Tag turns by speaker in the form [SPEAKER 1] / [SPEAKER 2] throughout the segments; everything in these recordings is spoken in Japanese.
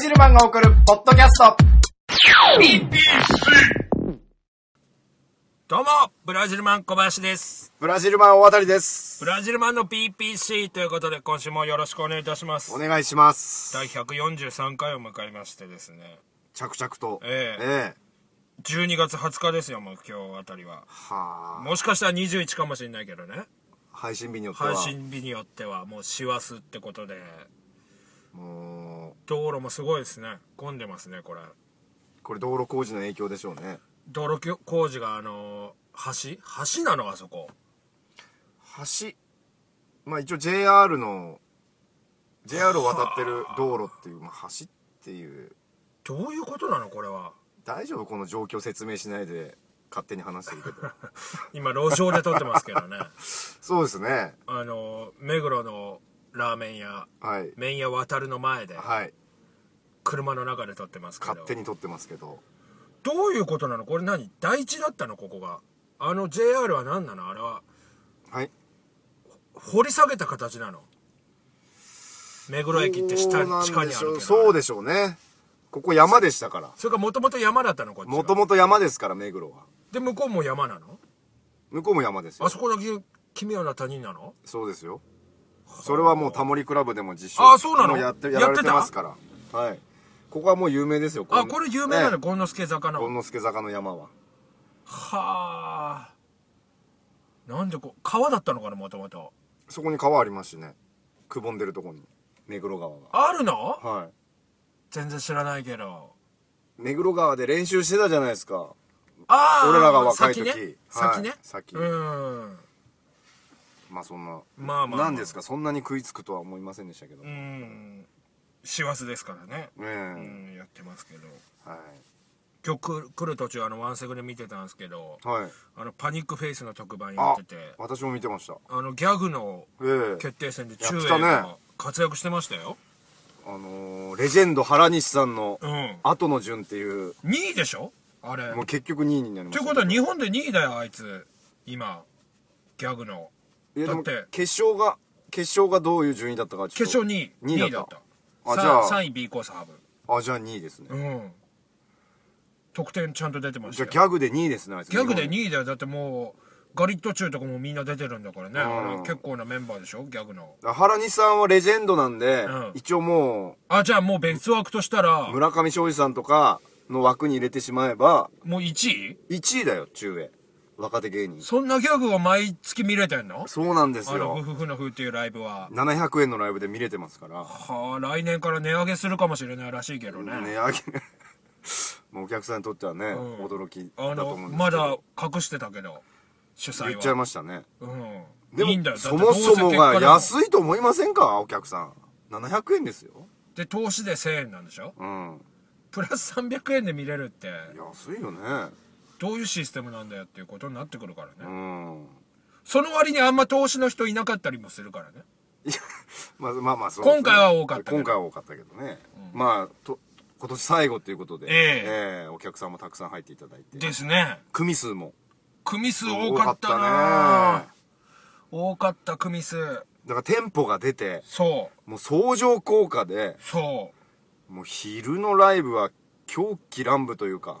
[SPEAKER 1] ジルマンが送るポッドキャスト。
[SPEAKER 2] どうも、ブラジルマン小林です。
[SPEAKER 1] ブラジルマン大渡りです。
[SPEAKER 2] ブラジルマンの PPC ということで、今週もよろしくお願いいたします
[SPEAKER 1] お。願いします。
[SPEAKER 2] 第143回を迎えましてですね、
[SPEAKER 1] 着々と。
[SPEAKER 2] ええ
[SPEAKER 1] ええ
[SPEAKER 2] 12月20日ですよ、もう今日あたりは。
[SPEAKER 1] はあ。
[SPEAKER 2] もしかしたら21かもしれないけどね、
[SPEAKER 1] 配信日によっては。
[SPEAKER 2] 配信日によってはもう師走ってことで、
[SPEAKER 1] も
[SPEAKER 2] 道路もすごいですね。混んでますね、これ。
[SPEAKER 1] う、これ道路工事の影響でしょうね。
[SPEAKER 2] 道路きょ工事があの、橋橋なのあそこ。
[SPEAKER 1] 橋。まあ一応 JR の、JR を渡ってる道路っていう、まあ橋っていう。
[SPEAKER 2] どういうことなのこれは。
[SPEAKER 1] 大丈夫この状況説明しないで勝手に話してるけ ど。
[SPEAKER 2] 今、路上で撮ってますけ どね。
[SPEAKER 1] そうですね。
[SPEAKER 2] あの、目黒のラーメン屋、
[SPEAKER 1] はい。
[SPEAKER 2] 麺屋渡るの前で
[SPEAKER 1] はい。
[SPEAKER 2] 車の中で撮ってますけど
[SPEAKER 1] 勝手に撮ってますけど。
[SPEAKER 2] どういうことなのこれ何第一だったのここがあの JR は何なのあれは
[SPEAKER 1] はい。
[SPEAKER 2] 掘り下げた形なの目黒駅って下
[SPEAKER 1] そうなんで
[SPEAKER 2] 地下にある
[SPEAKER 1] し
[SPEAKER 2] け
[SPEAKER 1] ょう
[SPEAKER 2] ど
[SPEAKER 1] そう
[SPEAKER 2] で
[SPEAKER 1] でしょうね。ここ山でしたから。
[SPEAKER 2] それかもともと山だったのこっちは
[SPEAKER 1] もともと山ですから、目黒は。
[SPEAKER 2] で向こうも山なの
[SPEAKER 1] 向こうも山ですよ
[SPEAKER 2] あ。そこだけ奇妙な谷なの
[SPEAKER 1] そうですよ。それはもうタモリクラブでも実
[SPEAKER 2] あそうなの
[SPEAKER 1] もやって、
[SPEAKER 2] やっ
[SPEAKER 1] や
[SPEAKER 2] てた
[SPEAKER 1] られてますから。はい。ここはもう有名ですよ。
[SPEAKER 2] あこれ有名なの
[SPEAKER 1] ね
[SPEAKER 2] 権之助坂
[SPEAKER 1] 権
[SPEAKER 2] の
[SPEAKER 1] 之助坂の山は。
[SPEAKER 2] はあなんでこう川だったのかなもともと
[SPEAKER 1] そこに川ありますしね。くぼんでるとこに。目黒川
[SPEAKER 2] あるの
[SPEAKER 1] が。はい。
[SPEAKER 2] 全然知らないけど
[SPEAKER 1] 目黒川で練習してたじゃないですか。
[SPEAKER 2] ああ
[SPEAKER 1] 俺らが若い時
[SPEAKER 2] 先ね
[SPEAKER 1] はい
[SPEAKER 2] 先ね、
[SPEAKER 1] 先
[SPEAKER 2] うん
[SPEAKER 1] まあそんな。
[SPEAKER 2] まあまあまあ
[SPEAKER 1] なんですか、そんなに食いつくとは思いませんでしたけど。
[SPEAKER 2] う
[SPEAKER 1] ね
[SPEAKER 2] ん師走ですからね
[SPEAKER 1] え
[SPEAKER 2] うんやってますけど
[SPEAKER 1] はい。
[SPEAKER 2] 今日来る来る途中あのワンセグで見てたんですけど
[SPEAKER 1] はい。
[SPEAKER 2] あのパニックフェイスの特番や
[SPEAKER 1] あ
[SPEAKER 2] ってて、
[SPEAKER 1] 私も見てました。
[SPEAKER 2] あのギャグの
[SPEAKER 1] ええ
[SPEAKER 2] 決定戦で
[SPEAKER 1] やって
[SPEAKER 2] 中
[SPEAKER 1] たね
[SPEAKER 2] 英が活躍してましたよ、
[SPEAKER 1] あのーレジェンド原西さんの
[SPEAKER 2] うん
[SPEAKER 1] 後の順っていう、
[SPEAKER 2] 2位でしょあれ
[SPEAKER 1] もう結局2位になりま
[SPEAKER 2] と
[SPEAKER 1] し
[SPEAKER 2] い
[SPEAKER 1] た
[SPEAKER 2] うことは日本で2位だよあいつ今ギャグの
[SPEAKER 1] いやでも
[SPEAKER 2] だって
[SPEAKER 1] 決勝が決勝がどういう順位だったかちょっ
[SPEAKER 2] 決
[SPEAKER 1] と
[SPEAKER 2] 勝2位
[SPEAKER 1] 二位
[SPEAKER 2] 2
[SPEAKER 1] だった
[SPEAKER 2] 位
[SPEAKER 1] あ
[SPEAKER 2] だ
[SPEAKER 1] じゃあ
[SPEAKER 2] った3位 B コースハーブ
[SPEAKER 1] あじゃあ2位ですね、
[SPEAKER 2] うん得点ちゃんと出てまし
[SPEAKER 1] じゃ
[SPEAKER 2] た
[SPEAKER 1] あギャ
[SPEAKER 2] よ
[SPEAKER 1] グで2位ですねあいつ
[SPEAKER 2] ギャグで
[SPEAKER 1] 位
[SPEAKER 2] 2位だよだってもうガリットチューとかもみんな出てるんだからね、
[SPEAKER 1] ん
[SPEAKER 2] あれ結構なメンバーでしょギャグの
[SPEAKER 1] 原西さんはレジェンドなんで、
[SPEAKER 2] うん
[SPEAKER 1] 一応も
[SPEAKER 2] あじゃあもう別枠としたら
[SPEAKER 1] う村上昌司さんとかの枠に入れてしまえば
[SPEAKER 2] もう1位
[SPEAKER 1] 1位だよ中英若手芸人
[SPEAKER 2] そんなギャグを毎月見れてんの
[SPEAKER 1] そうなんです
[SPEAKER 2] あの「ふ
[SPEAKER 1] よ
[SPEAKER 2] ふふのふ」っていうライブは
[SPEAKER 1] 700円のライブで見れてますから
[SPEAKER 2] はあ来年から値上げするかもしれないらしいけどね、
[SPEAKER 1] 値上げ もうお客さんにとってはね、
[SPEAKER 2] ん
[SPEAKER 1] 驚き
[SPEAKER 2] あ
[SPEAKER 1] だと
[SPEAKER 2] の
[SPEAKER 1] 思うんですけど
[SPEAKER 2] まだ隠してたけど主催は
[SPEAKER 1] 言っちゃいましたね
[SPEAKER 2] うん
[SPEAKER 1] でも
[SPEAKER 2] いいんだよだっ
[SPEAKER 1] そ
[SPEAKER 2] て
[SPEAKER 1] もそもが
[SPEAKER 2] どうせ結果
[SPEAKER 1] 安いと思いませんかお客さん700円ですよ
[SPEAKER 2] でもで投資で1000円なんでしょ
[SPEAKER 1] うん
[SPEAKER 2] プラス300円で見れるって
[SPEAKER 1] 安いよね
[SPEAKER 2] どういうシステムなんだよっていうことになってくるからね、
[SPEAKER 1] うん
[SPEAKER 2] その割にあんま投資の人いなかったりもするからね
[SPEAKER 1] いや まあまあまあそう
[SPEAKER 2] 今回は多かったけど
[SPEAKER 1] 今回は多かったけどね、まあと今年最後ということで、
[SPEAKER 2] え
[SPEAKER 1] えお客さんもたくさん入っていただいて
[SPEAKER 2] ですね
[SPEAKER 1] 組数も
[SPEAKER 2] 組数多かったな多かった組数
[SPEAKER 1] だから店舗が出て
[SPEAKER 2] そ
[SPEAKER 1] もう相乗効果で
[SPEAKER 2] うそ
[SPEAKER 1] もう昼のライブは狂気乱舞というか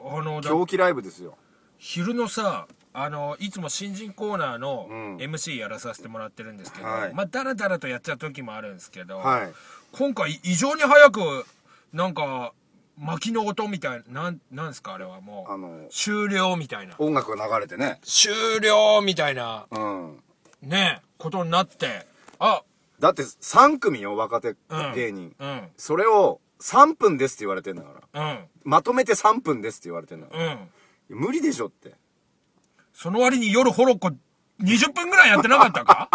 [SPEAKER 2] うあのだ
[SPEAKER 1] 狂気ライブですよ
[SPEAKER 2] 昼のさあのいつも新人コーナーの
[SPEAKER 1] ん
[SPEAKER 2] MC やらさせてもらってるんですけど、
[SPEAKER 1] はい
[SPEAKER 2] まあダラダラとやっちゃう時もあるんですけど、
[SPEAKER 1] はい
[SPEAKER 2] 今回異常に早くなんか薪の音みたいななんなんですかあれはもう
[SPEAKER 1] あの
[SPEAKER 2] 終了みたいな
[SPEAKER 1] 音楽が流れてね
[SPEAKER 2] 終了みたいな
[SPEAKER 1] うん
[SPEAKER 2] ねことになってあ
[SPEAKER 1] だって3組よ若手
[SPEAKER 2] うん
[SPEAKER 1] 芸人、
[SPEAKER 2] うん
[SPEAKER 1] それを3分ですって言われてんだから
[SPEAKER 2] うん
[SPEAKER 1] まとめて3分ですって言われてんだから、
[SPEAKER 2] うん
[SPEAKER 1] 無理でしょって
[SPEAKER 2] その割に夜ホロッコ20分ぐらいやってなかっ たか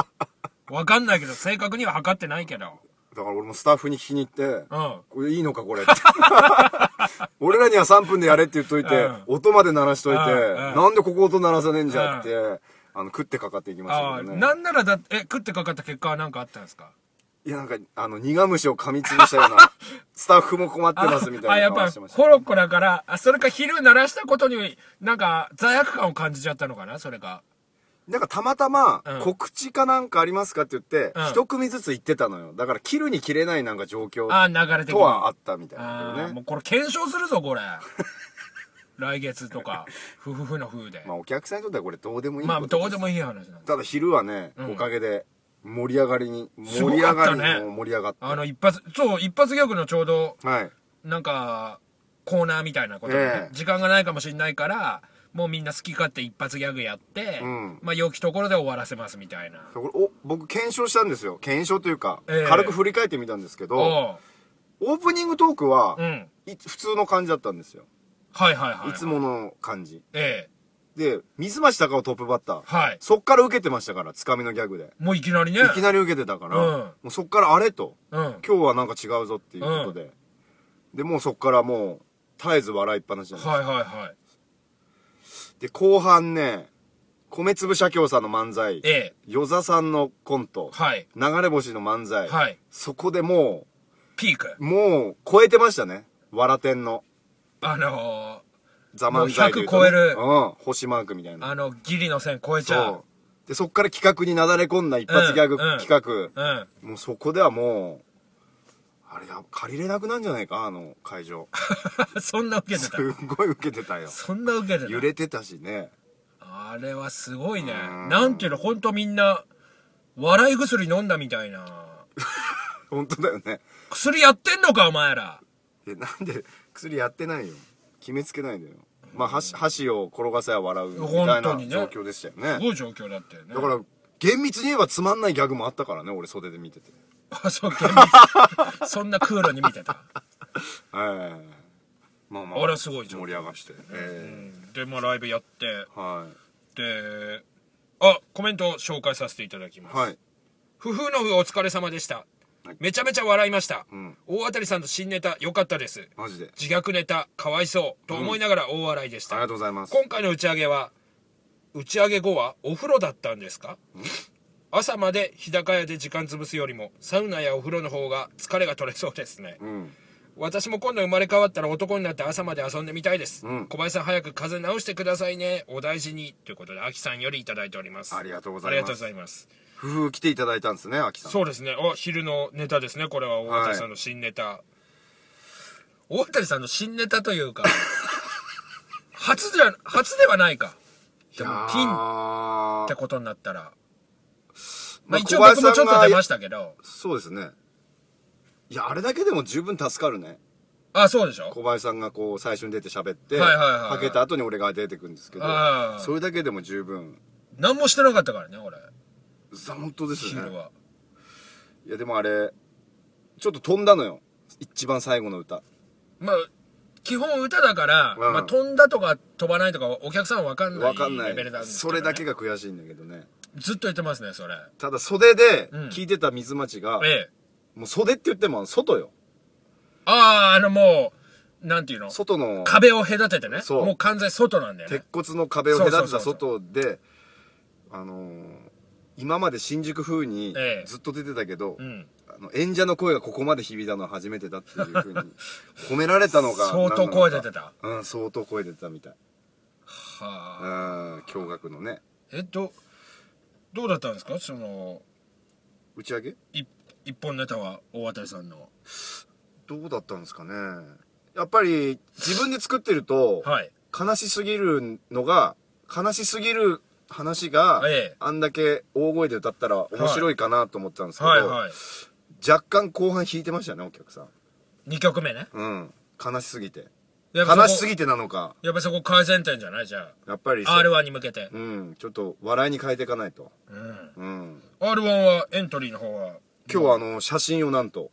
[SPEAKER 2] わかんないけど正確には測ってないけど
[SPEAKER 1] だから俺もスタッフに聞きに行って、
[SPEAKER 2] うん
[SPEAKER 1] これいいのかこれって 俺らには3分でやれって言っといて、
[SPEAKER 2] うん
[SPEAKER 1] 音まで鳴らしといて、
[SPEAKER 2] うんうん
[SPEAKER 1] なんでここ音鳴らさねえんじゃって、あの食ってかかっていきました
[SPEAKER 2] ああ
[SPEAKER 1] けどね
[SPEAKER 2] なんならだえ食ってかかった結果は何かあったんですか
[SPEAKER 1] いやなんかあの苦虫を噛みつぶしたよう なスタッフも困ってますみた
[SPEAKER 2] あ
[SPEAKER 1] い
[SPEAKER 2] や
[SPEAKER 1] な
[SPEAKER 2] っ
[SPEAKER 1] 顔
[SPEAKER 2] ぱ
[SPEAKER 1] してました
[SPEAKER 2] ホロッコだからあそれか昼鳴らしたことになんか罪悪感を感じちゃったのかなそれか
[SPEAKER 1] なんかたまたま
[SPEAKER 2] うん
[SPEAKER 1] 告知かなんかありますかって言って
[SPEAKER 2] うん
[SPEAKER 1] 一組ずつ行ってたのよだから切るに切れないなんか状況
[SPEAKER 2] ああ、流れてく
[SPEAKER 1] と
[SPEAKER 2] る。
[SPEAKER 1] はあったみたい
[SPEAKER 2] あ
[SPEAKER 1] な
[SPEAKER 2] あ
[SPEAKER 1] けど
[SPEAKER 2] ー、も
[SPEAKER 1] ね
[SPEAKER 2] うこれ検証するぞ、これ。来月とか、ふふふのふで。
[SPEAKER 1] まあお客さんにとってはこれどうでもいい
[SPEAKER 2] まあ、
[SPEAKER 1] こと
[SPEAKER 2] ど
[SPEAKER 1] です
[SPEAKER 2] うでもいい話なんだ。
[SPEAKER 1] ただ昼はね、
[SPEAKER 2] うん
[SPEAKER 1] おかげで盛り上がりに
[SPEAKER 2] す
[SPEAKER 1] 盛
[SPEAKER 2] ご
[SPEAKER 1] り
[SPEAKER 2] か
[SPEAKER 1] 上
[SPEAKER 2] っ
[SPEAKER 1] が
[SPEAKER 2] た
[SPEAKER 1] り
[SPEAKER 2] ね
[SPEAKER 1] にもう盛り上がった
[SPEAKER 2] あの、一発、そう、一発ギャグのちょうど、
[SPEAKER 1] はい
[SPEAKER 2] なんか、コーナーみたいなことでね、
[SPEAKER 1] ええ
[SPEAKER 2] 時間がないかもしれないから、もうみんな好き勝手一発ギャグやって、
[SPEAKER 1] うん
[SPEAKER 2] まあ、良きところで終わらせますみたいな。
[SPEAKER 1] これお僕検証したんですよ検証というか、
[SPEAKER 2] ええ
[SPEAKER 1] 軽く振り返ってみたんですけど
[SPEAKER 2] おう
[SPEAKER 1] オープニングトークは
[SPEAKER 2] う、ん。
[SPEAKER 1] い普通の感じだったんですよ、
[SPEAKER 2] はいはいはい。
[SPEAKER 1] いつ。もの感じ
[SPEAKER 2] ええ
[SPEAKER 1] で水増し高をトップバッター、
[SPEAKER 2] はい。
[SPEAKER 1] そっから受けてましたからつかみのギャグで
[SPEAKER 2] もういきなりね。
[SPEAKER 1] いきなり受けてたから、
[SPEAKER 2] うん
[SPEAKER 1] もうそっからあれと
[SPEAKER 2] うん。
[SPEAKER 1] 今日はなんか違うぞっていうことで、でもうそっからもう絶えず笑いっぱなしなんです
[SPEAKER 2] はいはいはい。
[SPEAKER 1] で後半ね米粒社協さんの漫才
[SPEAKER 2] ええ
[SPEAKER 1] 与座さんのコント
[SPEAKER 2] はい。
[SPEAKER 1] 流れ星の漫才、
[SPEAKER 2] はい。
[SPEAKER 1] そこでも
[SPEAKER 2] ピーク
[SPEAKER 1] う。もう超えてましたね笑天の
[SPEAKER 2] あの
[SPEAKER 1] 座漫才というか、
[SPEAKER 2] もう100超える
[SPEAKER 1] うん、星マークみたい
[SPEAKER 2] ー、
[SPEAKER 1] な
[SPEAKER 2] あの、ギリの線超えちゃう。
[SPEAKER 1] そうでそっから企画になだれ込んだ一発ギャグ
[SPEAKER 2] うんうん
[SPEAKER 1] 企画、
[SPEAKER 2] うん。
[SPEAKER 1] もうそこではもうあれや借りれなくなんじゃないかあの会場
[SPEAKER 2] そんな受けて
[SPEAKER 1] す
[SPEAKER 2] た。
[SPEAKER 1] ごい受けてたよ
[SPEAKER 2] そんな受けて
[SPEAKER 1] 揺
[SPEAKER 2] た。
[SPEAKER 1] れてたしね
[SPEAKER 2] あれはすごいね
[SPEAKER 1] う。ん
[SPEAKER 2] なんていうの、ほんとみんな、笑い薬飲んだみたいな。
[SPEAKER 1] 本当だよね
[SPEAKER 2] 薬やってんのか、お前ら。
[SPEAKER 1] えなんで薬やってないよ決めつけないでよまあ箸箸を転がせば笑うみたいな
[SPEAKER 2] 本当にね
[SPEAKER 1] 状況でしたよね
[SPEAKER 2] すごい状況だったよね。
[SPEAKER 1] だから厳密に言えばつまんないギャグもあったからね俺袖で見てて
[SPEAKER 2] あ、 そう、厳密そんなクールに見てた。
[SPEAKER 1] ええまあまあ
[SPEAKER 2] あれはすごい状況
[SPEAKER 1] 盛り上がって、え
[SPEAKER 2] で、まあライブやって、
[SPEAKER 1] えはい
[SPEAKER 2] で、あ、コメント紹介させていただきます。
[SPEAKER 1] はい
[SPEAKER 2] 夫婦の夫お疲れ様でした
[SPEAKER 1] はい。
[SPEAKER 2] めちゃめちゃ笑いました。
[SPEAKER 1] ん
[SPEAKER 2] 大当たりさんと新ネタ良かったです。
[SPEAKER 1] マジで
[SPEAKER 2] 自虐ネタかわいそうと思いながら大笑いでし
[SPEAKER 1] あ
[SPEAKER 2] た、
[SPEAKER 1] りがとうございます
[SPEAKER 2] 今回の打ち上げは打ち上げ後はお風呂だったんですか朝まで日高屋で時間潰すよりもサウナやお風呂の方が疲れが取れそうですね、
[SPEAKER 1] うん
[SPEAKER 2] 私も今度生まれ変わったら男になって朝まで遊んでみたいです、
[SPEAKER 1] うん
[SPEAKER 2] 小林さん早く風邪直してくださいねお大事にということで秋さんよりいただいております
[SPEAKER 1] ありがとうございます
[SPEAKER 2] ありがとうございます
[SPEAKER 1] 夫婦来ていただいたんですね、秋さん。
[SPEAKER 2] そうですねお昼のネタですねこれは大当たりさんの新ネタ、大当たりさんの新ネタ というか初じゃ初ではないかでもピンっ
[SPEAKER 1] ってて。
[SPEAKER 2] ことになったら
[SPEAKER 1] ま
[SPEAKER 2] ま
[SPEAKER 1] あ
[SPEAKER 2] あ一応僕もちょ
[SPEAKER 1] 小林さん
[SPEAKER 2] っ
[SPEAKER 1] が
[SPEAKER 2] と出ましたけど
[SPEAKER 1] そうですね。いや、あれだけでも十分助かるね。
[SPEAKER 2] あそうでしょ
[SPEAKER 1] 小林さんがこう、最初に出て喋って、
[SPEAKER 2] はいはいはいはい
[SPEAKER 1] はけた後に俺が出てくるんですけど
[SPEAKER 2] あ、ー
[SPEAKER 1] それだけでも十分。
[SPEAKER 2] 何もしてなかったからね俺
[SPEAKER 1] さ本当ですね
[SPEAKER 2] 昼。はい
[SPEAKER 1] や、でもあれ、ちょっと飛んだのよ。一番最後の歌。
[SPEAKER 2] まあ基本歌だから、
[SPEAKER 1] うん
[SPEAKER 2] まあ、飛んだとか飛ばないとかお客さんわかんな
[SPEAKER 1] わ
[SPEAKER 2] い
[SPEAKER 1] かんな
[SPEAKER 2] レ
[SPEAKER 1] い
[SPEAKER 2] ベルなん。です
[SPEAKER 1] それだけ
[SPEAKER 2] が
[SPEAKER 1] が悔しいんだけどね。
[SPEAKER 2] ずっと言ってますねそれ
[SPEAKER 1] ただ袖で
[SPEAKER 2] うん
[SPEAKER 1] 聞いてた水町が、
[SPEAKER 2] ええ
[SPEAKER 1] もう袖って言っても外よ。
[SPEAKER 2] あああのもうなんていうの
[SPEAKER 1] 外の
[SPEAKER 2] 壁を隔ててね
[SPEAKER 1] そう
[SPEAKER 2] もう完全に外なんだよね
[SPEAKER 1] 鉄骨の壁を隔て
[SPEAKER 2] そ
[SPEAKER 1] た
[SPEAKER 2] うそうそ
[SPEAKER 1] 外であのー今まで新宿風に
[SPEAKER 2] ええ
[SPEAKER 1] ずっと出てたけど、
[SPEAKER 2] うん
[SPEAKER 1] あの演者の声がここまで響いたのは初めてだっていうふう に褒められたのが
[SPEAKER 2] 相
[SPEAKER 1] 何な
[SPEAKER 2] 当
[SPEAKER 1] のか
[SPEAKER 2] 声出てた
[SPEAKER 1] うん相当声出てたみたい
[SPEAKER 2] は
[SPEAKER 1] う
[SPEAKER 2] あ
[SPEAKER 1] ん驚愕のね
[SPEAKER 2] えどどうだったんですかその
[SPEAKER 1] 打ち上げ
[SPEAKER 2] い一本ネタは大当たりさんの
[SPEAKER 1] どうだったんですかねやっぱり自分で作ってると
[SPEAKER 2] はい
[SPEAKER 1] 悲しすぎるのが悲しすぎる話が
[SPEAKER 2] ええ
[SPEAKER 1] あんだけ大声で歌ったら面白いかなと思ってたんですけど、
[SPEAKER 2] はいはい
[SPEAKER 1] 若干後半引いてましたねお客さん
[SPEAKER 2] 2曲目ね
[SPEAKER 1] うん悲しすぎて
[SPEAKER 2] やっぱそこ
[SPEAKER 1] 悲しすぎてなのか
[SPEAKER 2] やっぱそこ改善点じゃないじゃ
[SPEAKER 1] やっぱりそう
[SPEAKER 2] あ R1 に向けて、
[SPEAKER 1] うんちょっと笑いに変えていかないと
[SPEAKER 2] うん、
[SPEAKER 1] うん
[SPEAKER 2] R1 はエントリーの方は
[SPEAKER 1] 今日はあの写真をなんと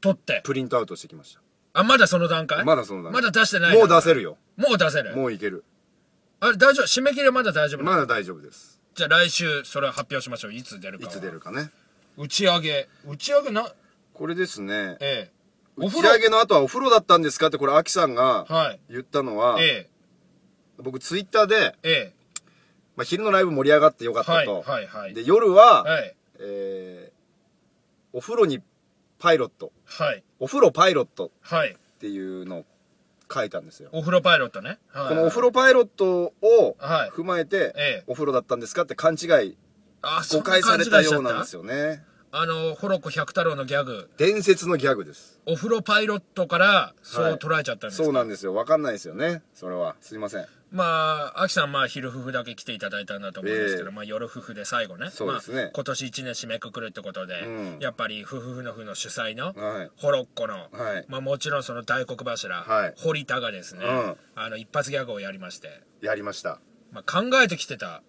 [SPEAKER 2] 取って
[SPEAKER 1] プリントアウトしてきまし
[SPEAKER 2] あまだその段
[SPEAKER 1] た
[SPEAKER 2] 階
[SPEAKER 1] まだその段
[SPEAKER 2] まだ出してない
[SPEAKER 1] もう出せるよ
[SPEAKER 2] もう出せる
[SPEAKER 1] もういける
[SPEAKER 2] あれ大丈夫締め切りはまだ大丈夫なの
[SPEAKER 1] まだ大丈夫です
[SPEAKER 2] じゃあ来週それは発表しましょういつ出るか
[SPEAKER 1] い
[SPEAKER 2] は
[SPEAKER 1] つ出るかね
[SPEAKER 2] 打ち上げ打ち上げな
[SPEAKER 1] これですね
[SPEAKER 2] ええ
[SPEAKER 1] 打ち上げの後はお風呂だったんですかってこれアキさんが
[SPEAKER 2] はい
[SPEAKER 1] 言ったのは、
[SPEAKER 2] ええ
[SPEAKER 1] 僕ツイッターで、
[SPEAKER 2] え
[SPEAKER 1] まあ、昼のライブ盛り上がってよかっ
[SPEAKER 2] え
[SPEAKER 1] た
[SPEAKER 2] はい
[SPEAKER 1] と、
[SPEAKER 2] はいはい
[SPEAKER 1] で夜は、
[SPEAKER 2] はい
[SPEAKER 1] えーお風呂にパイロット
[SPEAKER 2] はい
[SPEAKER 1] お風呂パイロット
[SPEAKER 2] はい
[SPEAKER 1] っていうのを書いたんですよ。
[SPEAKER 2] お風呂パイロットね。はい
[SPEAKER 1] このお風呂パイロットを
[SPEAKER 2] はい
[SPEAKER 1] 踏まえて、
[SPEAKER 2] ええ
[SPEAKER 1] お風呂だったんですかって勘違い、
[SPEAKER 2] あ、そ
[SPEAKER 1] 誤
[SPEAKER 2] んな
[SPEAKER 1] 解されたようなん
[SPEAKER 2] 勘違
[SPEAKER 1] で
[SPEAKER 2] いし
[SPEAKER 1] す
[SPEAKER 2] ちゃっ
[SPEAKER 1] よね。
[SPEAKER 2] た。あの、ホロコ百太郎のギャグ、
[SPEAKER 1] 伝説のギャグです。
[SPEAKER 2] お風呂パイロットからそう
[SPEAKER 1] はい
[SPEAKER 2] 捉えちゃったんですか、
[SPEAKER 1] そうなんですよ。わかんないですよね。それは。すいません。
[SPEAKER 2] まあ、アキさん、まあ、昼夫婦だけ来ていただいたんだと思うんですけど、
[SPEAKER 1] ええ
[SPEAKER 2] まあ、夜夫婦で最後ね。
[SPEAKER 1] そうですね
[SPEAKER 2] まあ、今年一年締めくくるってことで、
[SPEAKER 1] うん
[SPEAKER 2] やっぱり、夫婦の夫の主催の、
[SPEAKER 1] はい
[SPEAKER 2] ホロッコの、
[SPEAKER 1] はい
[SPEAKER 2] まあ、もちろんその大黒柱、
[SPEAKER 1] はい
[SPEAKER 2] 堀田がですね、
[SPEAKER 1] うん
[SPEAKER 2] あの、一発ギャグをやりまして、
[SPEAKER 1] やりました。
[SPEAKER 2] まあ、考えてきてた、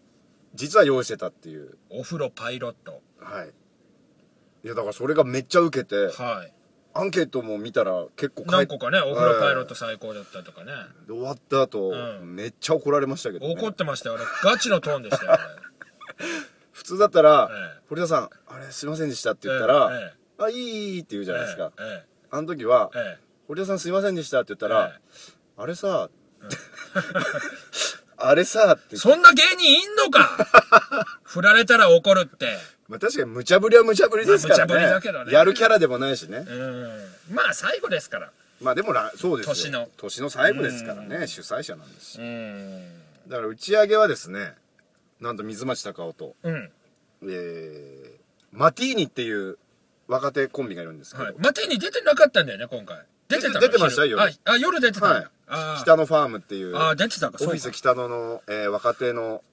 [SPEAKER 1] 実は用意してたっていう。
[SPEAKER 2] お風呂パイロット。
[SPEAKER 1] はい。いや、だからそれがめっちゃ受けて、
[SPEAKER 2] はい。
[SPEAKER 1] アンケートも見たら結構書い
[SPEAKER 2] 何個かね、お風呂パイロット最高だったとかね。
[SPEAKER 1] で終わった後、
[SPEAKER 2] うん
[SPEAKER 1] めっちゃ怒られましたけど、ね、
[SPEAKER 2] 怒ってましたよ、俺。ガチのトーンでした よ、俺
[SPEAKER 1] 普通だったら、
[SPEAKER 2] ええ
[SPEAKER 1] 堀田さんあれすいませんでしたって言ったら、
[SPEAKER 2] え
[SPEAKER 1] あいいいいいいって言うじゃないですか、
[SPEAKER 2] ええ
[SPEAKER 1] あの時は、
[SPEAKER 2] ええ
[SPEAKER 1] 堀田さんすいませんでしたって言ったら、
[SPEAKER 2] え
[SPEAKER 1] あれさ、 あれさって、
[SPEAKER 2] そんな芸人いん のか振られたら怒るって。
[SPEAKER 1] まあ、確かに無茶ぶりは無茶ぶりですからね,、
[SPEAKER 2] まあ無茶ぶりだけどね
[SPEAKER 1] やるキャラでもないしね、
[SPEAKER 2] うん。まあ、最後ですから。
[SPEAKER 1] まあでもらそうですよ
[SPEAKER 2] 年の
[SPEAKER 1] 年の最後ですからね、主催者なんですし
[SPEAKER 2] うん。
[SPEAKER 1] だから打ち上げはですねなんと水町隆夫と、
[SPEAKER 2] うん。
[SPEAKER 1] えー、マティーニっていう若手コンビがいるんですけど、
[SPEAKER 2] はい。マティーニ出てなかったんだよね、今回。出てたの
[SPEAKER 1] 出てましたよ
[SPEAKER 2] 昼
[SPEAKER 1] 夜
[SPEAKER 2] あ、あ夜出てたんだ。あ
[SPEAKER 1] はい、
[SPEAKER 2] ー
[SPEAKER 1] 北野ファームっていう
[SPEAKER 2] あー
[SPEAKER 1] オ
[SPEAKER 2] 出てたか、
[SPEAKER 1] フ
[SPEAKER 2] そう
[SPEAKER 1] ィス。
[SPEAKER 2] か
[SPEAKER 1] 北野の、えー若手の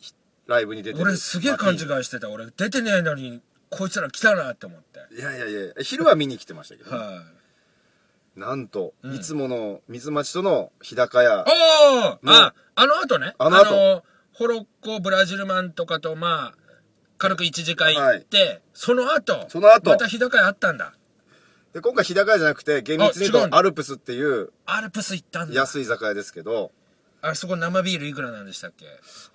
[SPEAKER 1] ひライブに出てる
[SPEAKER 2] 俺すげえ勘違い
[SPEAKER 1] マ
[SPEAKER 2] してた。俺出てねえのに、こいつら来たなって思って。
[SPEAKER 1] ティーニいやいやいや昼は見に来てましたけど、
[SPEAKER 2] はい。
[SPEAKER 1] なんと、
[SPEAKER 2] うん
[SPEAKER 1] いつもの水町との日高屋
[SPEAKER 2] おー
[SPEAKER 1] の
[SPEAKER 2] あ、あの後ね。
[SPEAKER 1] あの後
[SPEAKER 2] ホロッコ、ブラジルマンとかと、まあ、軽く1時間行って、その後、
[SPEAKER 1] その後
[SPEAKER 2] また日高屋あったんだ。
[SPEAKER 1] で今回日高屋じゃなくて厳密に言う
[SPEAKER 2] あ違うん
[SPEAKER 1] と
[SPEAKER 2] だ
[SPEAKER 1] アルプスっていう
[SPEAKER 2] アルプス行ったんだ。
[SPEAKER 1] 安い居酒屋ですけど
[SPEAKER 2] あそこ生ビールいくらなんでしたっけ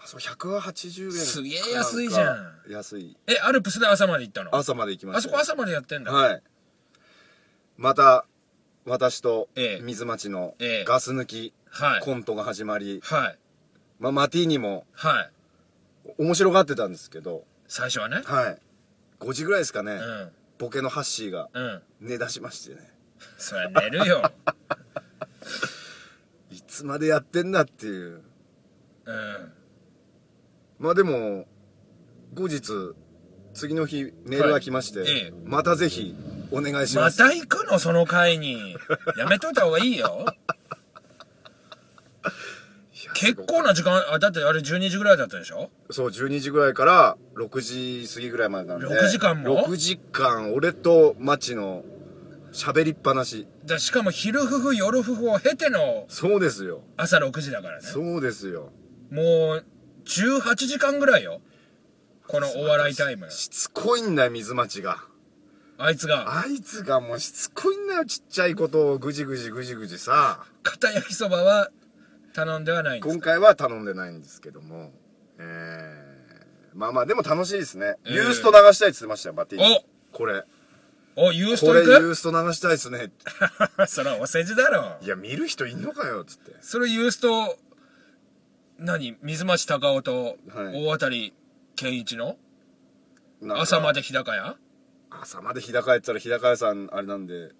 [SPEAKER 1] あそう180円
[SPEAKER 2] すげえ安いじゃん
[SPEAKER 1] なか安い
[SPEAKER 2] え、アルプスで朝まで行ったのあ
[SPEAKER 1] 朝まで行きまし
[SPEAKER 2] そ
[SPEAKER 1] た
[SPEAKER 2] こ
[SPEAKER 1] よ
[SPEAKER 2] 朝までやってんだ。
[SPEAKER 1] はいまた私と
[SPEAKER 2] ええ
[SPEAKER 1] 水町の
[SPEAKER 2] ええ
[SPEAKER 1] ガス抜き
[SPEAKER 2] はい。
[SPEAKER 1] コントが始まり、
[SPEAKER 2] はい。
[SPEAKER 1] まあ、マティーニも
[SPEAKER 2] はい。
[SPEAKER 1] 面白がってたんですけど
[SPEAKER 2] 最初はね。
[SPEAKER 1] はい5時ぐらいですかね、
[SPEAKER 2] うん。
[SPEAKER 1] ボケのハッシーが
[SPEAKER 2] うん。
[SPEAKER 1] 寝出しましてね
[SPEAKER 2] そりゃ寝 るよ。
[SPEAKER 1] いつまでやってんだっていう
[SPEAKER 2] うん。
[SPEAKER 1] まあでも後日次の日メールが来まして、
[SPEAKER 2] はいええ
[SPEAKER 1] またぜひお願いしま、
[SPEAKER 2] ますた行くのその会に。やめといた方がいいよ。結構な時間、あ、だってあれ12時ぐらいだったでしょ
[SPEAKER 1] そう12時ぐらいから6時過ぎぐらいまでなんで
[SPEAKER 2] 6時間も
[SPEAKER 1] 6時間俺とマチの喋りっぱなし
[SPEAKER 2] だしかも昼夫婦夜夫婦を経ての
[SPEAKER 1] そうですよ
[SPEAKER 2] 朝6時だからね
[SPEAKER 1] そうですよ
[SPEAKER 2] もう18時間ぐらいよこのお笑いタイム
[SPEAKER 1] しつこいんだよ水町が
[SPEAKER 2] あいつが
[SPEAKER 1] あいつがもうしつこいんだよちっちゃいことをぐじぐじぐじぐじさ
[SPEAKER 2] 片焼きそばは頼んではないんです
[SPEAKER 1] 今
[SPEAKER 2] か
[SPEAKER 1] 回は頼んでないんですけどもえー、まあまあでも楽しいですね、
[SPEAKER 2] えー
[SPEAKER 1] ユースト流したいって言ってましたよバッティーニこれ
[SPEAKER 2] おユース
[SPEAKER 1] こ
[SPEAKER 2] ト
[SPEAKER 1] れ
[SPEAKER 2] 行
[SPEAKER 1] ユ
[SPEAKER 2] く
[SPEAKER 1] ースト流したいですね
[SPEAKER 2] それはお世辞だろ
[SPEAKER 1] いや見る人いんのかよっつって
[SPEAKER 2] それユースト何水町隆夫と
[SPEAKER 1] はい
[SPEAKER 2] 大渡健一の
[SPEAKER 1] なんか
[SPEAKER 2] 朝まで日高屋
[SPEAKER 1] 朝まで日高屋やったら日高屋さんあれなんで、
[SPEAKER 2] うん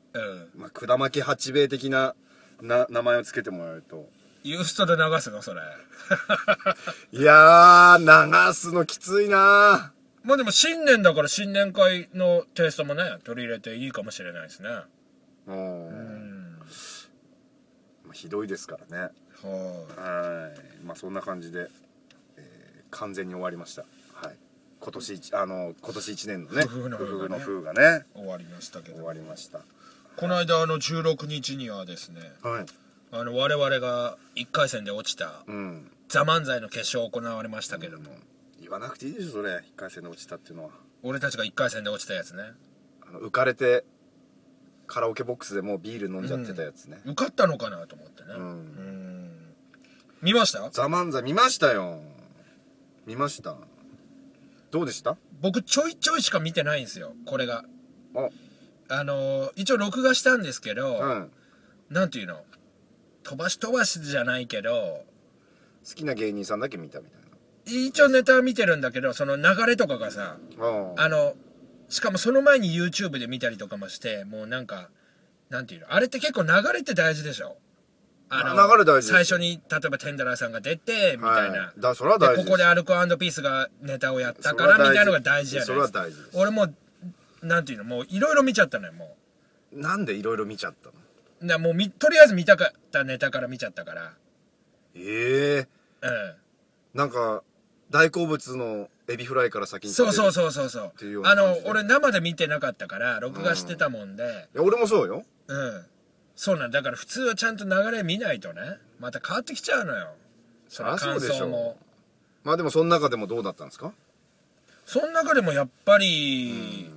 [SPEAKER 1] まあ、下巻き八兵衛的なな名前をつけてもらえると
[SPEAKER 2] ユーストで流すのそれ
[SPEAKER 1] いやー流すのきついな
[SPEAKER 2] まあでも新年だから新年会のテイストもね取り入れていいかもしれないですね
[SPEAKER 1] ーうんまあひどいですからね
[SPEAKER 2] は
[SPEAKER 1] はいまあそんな感じで、えー完全に終わりましたはい今年一あの今年一年のね
[SPEAKER 2] 夫婦の夫婦がね
[SPEAKER 1] 夫婦がね
[SPEAKER 2] い終わりましたけ
[SPEAKER 1] 終
[SPEAKER 2] ど
[SPEAKER 1] わりました
[SPEAKER 2] この間あの16日にはですね
[SPEAKER 1] はい
[SPEAKER 2] あの我々が1回戦で落ちた
[SPEAKER 1] うん
[SPEAKER 2] 「ザ漫才の決勝行われましたけども、
[SPEAKER 1] 言わなくていいでしょそれ一回戦で落ちたっていうのは
[SPEAKER 2] 俺たちが1回戦で落ちたやつね
[SPEAKER 1] あの浮かれてカラオケボックスでもうビール飲んじゃってたやつね、
[SPEAKER 2] 受かったのかなと思ってねうんん見ました
[SPEAKER 1] ザ・漫才見ましたよ見ましたどうでした
[SPEAKER 2] 僕ちょいちょいしか見てないんですよこれが
[SPEAKER 1] あ
[SPEAKER 2] あのー一応録画したんですけど、
[SPEAKER 1] うん
[SPEAKER 2] なんていうの飛ばし飛ばしじゃないけど
[SPEAKER 1] 好きな芸人さんだけ見たみたい
[SPEAKER 2] 一応ネタは見てるんだけどその流れとかがさ
[SPEAKER 1] なああ
[SPEAKER 2] あの、しかもその前に YouTube で見たりとかもして、もうなんか、なんていうのあれって結構流れって大事でしょあの
[SPEAKER 1] 流れ大事ですよ
[SPEAKER 2] 最初に例えばテンダラーさんが出てみたいな、
[SPEAKER 1] はいだそれは大事
[SPEAKER 2] で
[SPEAKER 1] です
[SPEAKER 2] ここで歩くピースがネタをやったから
[SPEAKER 1] それは大事
[SPEAKER 2] みたいなのが大事じゃないです
[SPEAKER 1] それ
[SPEAKER 2] か
[SPEAKER 1] は大事です
[SPEAKER 2] 俺もうなんていうのもういろいろ見ちゃったのよも
[SPEAKER 1] なんでいろいろ見ちゃったの
[SPEAKER 2] うなもうみとりあえず見たかったネタから見ちゃったから
[SPEAKER 1] ええ
[SPEAKER 2] うん
[SPEAKER 1] なんか大好物のエビフライから先に
[SPEAKER 2] そうそう
[SPEAKER 1] う
[SPEAKER 2] そうそうそう
[SPEAKER 1] ていうような
[SPEAKER 2] あ
[SPEAKER 1] 感
[SPEAKER 2] の
[SPEAKER 1] じで
[SPEAKER 2] 俺生で見てなかったから録画してたもんで
[SPEAKER 1] いや俺もそうよ
[SPEAKER 2] うん、そうなんだから普通はちゃんと流れ見ないとねまた変わってきちゃうのよその
[SPEAKER 1] りゃそう
[SPEAKER 2] 感
[SPEAKER 1] でしょう
[SPEAKER 2] 想も
[SPEAKER 1] まあでもその中でもどうだったんですか
[SPEAKER 2] その中でもやっぱり、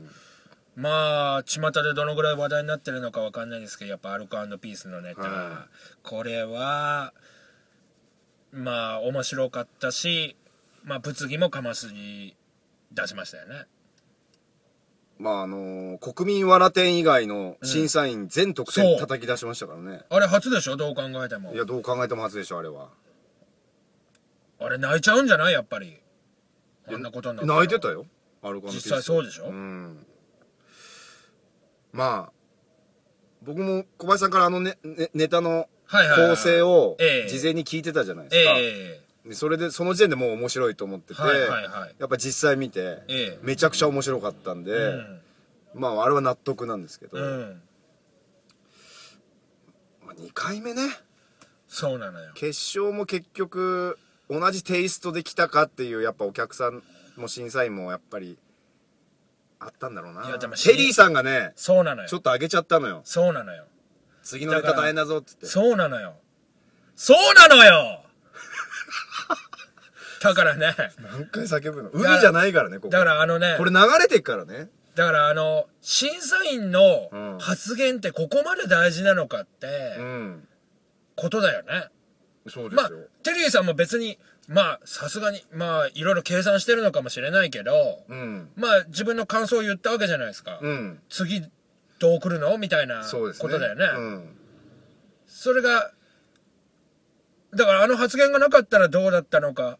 [SPEAKER 2] まあ巷でどのぐらい話題になってるのかわかんないですけどやっぱアルコピースのネタ、
[SPEAKER 1] は
[SPEAKER 2] これはまあ面白かったしまあ物議もかますり出しましたよね
[SPEAKER 1] まああのー国民わら店以外の審査員全得
[SPEAKER 2] そ
[SPEAKER 1] 点
[SPEAKER 2] う
[SPEAKER 1] 叩き出しましたからね、
[SPEAKER 2] あれ初でしょどう考えても
[SPEAKER 1] いやどう考えても初でしょあれは
[SPEAKER 2] あれ泣いちゃうんじゃないやっぱりあんなことになったら
[SPEAKER 1] 泣いてたよアルコ
[SPEAKER 2] 実際そうでしょ、
[SPEAKER 1] うんまあ僕も小林さんからあのねねネタの
[SPEAKER 2] はいはいはい
[SPEAKER 1] 構成を
[SPEAKER 2] ええ
[SPEAKER 1] 事前に聞いてたじゃないですか、
[SPEAKER 2] ええ
[SPEAKER 1] でそれでその時点でもう面白いと思ってて、
[SPEAKER 2] はいはいはい
[SPEAKER 1] やっぱ実際見て、
[SPEAKER 2] ええ
[SPEAKER 1] めちゃくちゃ面白かったんで、まああれは納得なんですけど、
[SPEAKER 2] うん、うん、
[SPEAKER 1] まあ、2回目ね
[SPEAKER 2] そうなのよ
[SPEAKER 1] 決勝も結局同じテイストで来たかっていうやっぱお客さんも審査員もやっぱりあったんだろうない
[SPEAKER 2] やでも
[SPEAKER 1] ヘリーさんがね
[SPEAKER 2] そうなのよ
[SPEAKER 1] ちょっと上げちゃったのよ
[SPEAKER 2] そうなのよ
[SPEAKER 1] 次のネタ大変だぞっつって
[SPEAKER 2] そうなのよ。そうなのよ だからね、
[SPEAKER 1] 何回叫ぶの海じゃないからねここ
[SPEAKER 2] だからあのね、
[SPEAKER 1] これ流れてっからね
[SPEAKER 2] だからあの、審査員の
[SPEAKER 1] うん
[SPEAKER 2] 発言ってここまで大事なのかって
[SPEAKER 1] うん
[SPEAKER 2] ことだよね。
[SPEAKER 1] そうで
[SPEAKER 2] まあ
[SPEAKER 1] すよ、、
[SPEAKER 2] テリーさんも別に、まあ、さすがに、まあ、いろいろ計算してるのかもしれないけど、
[SPEAKER 1] うん
[SPEAKER 2] まあ、自分の感想を言ったわけじゃないですか。
[SPEAKER 1] うん
[SPEAKER 2] 次、どう来るのみたいな
[SPEAKER 1] そうです
[SPEAKER 2] こ
[SPEAKER 1] ね
[SPEAKER 2] とだよね。
[SPEAKER 1] うん
[SPEAKER 2] それが、だからあの発言がなかったらどうだったのか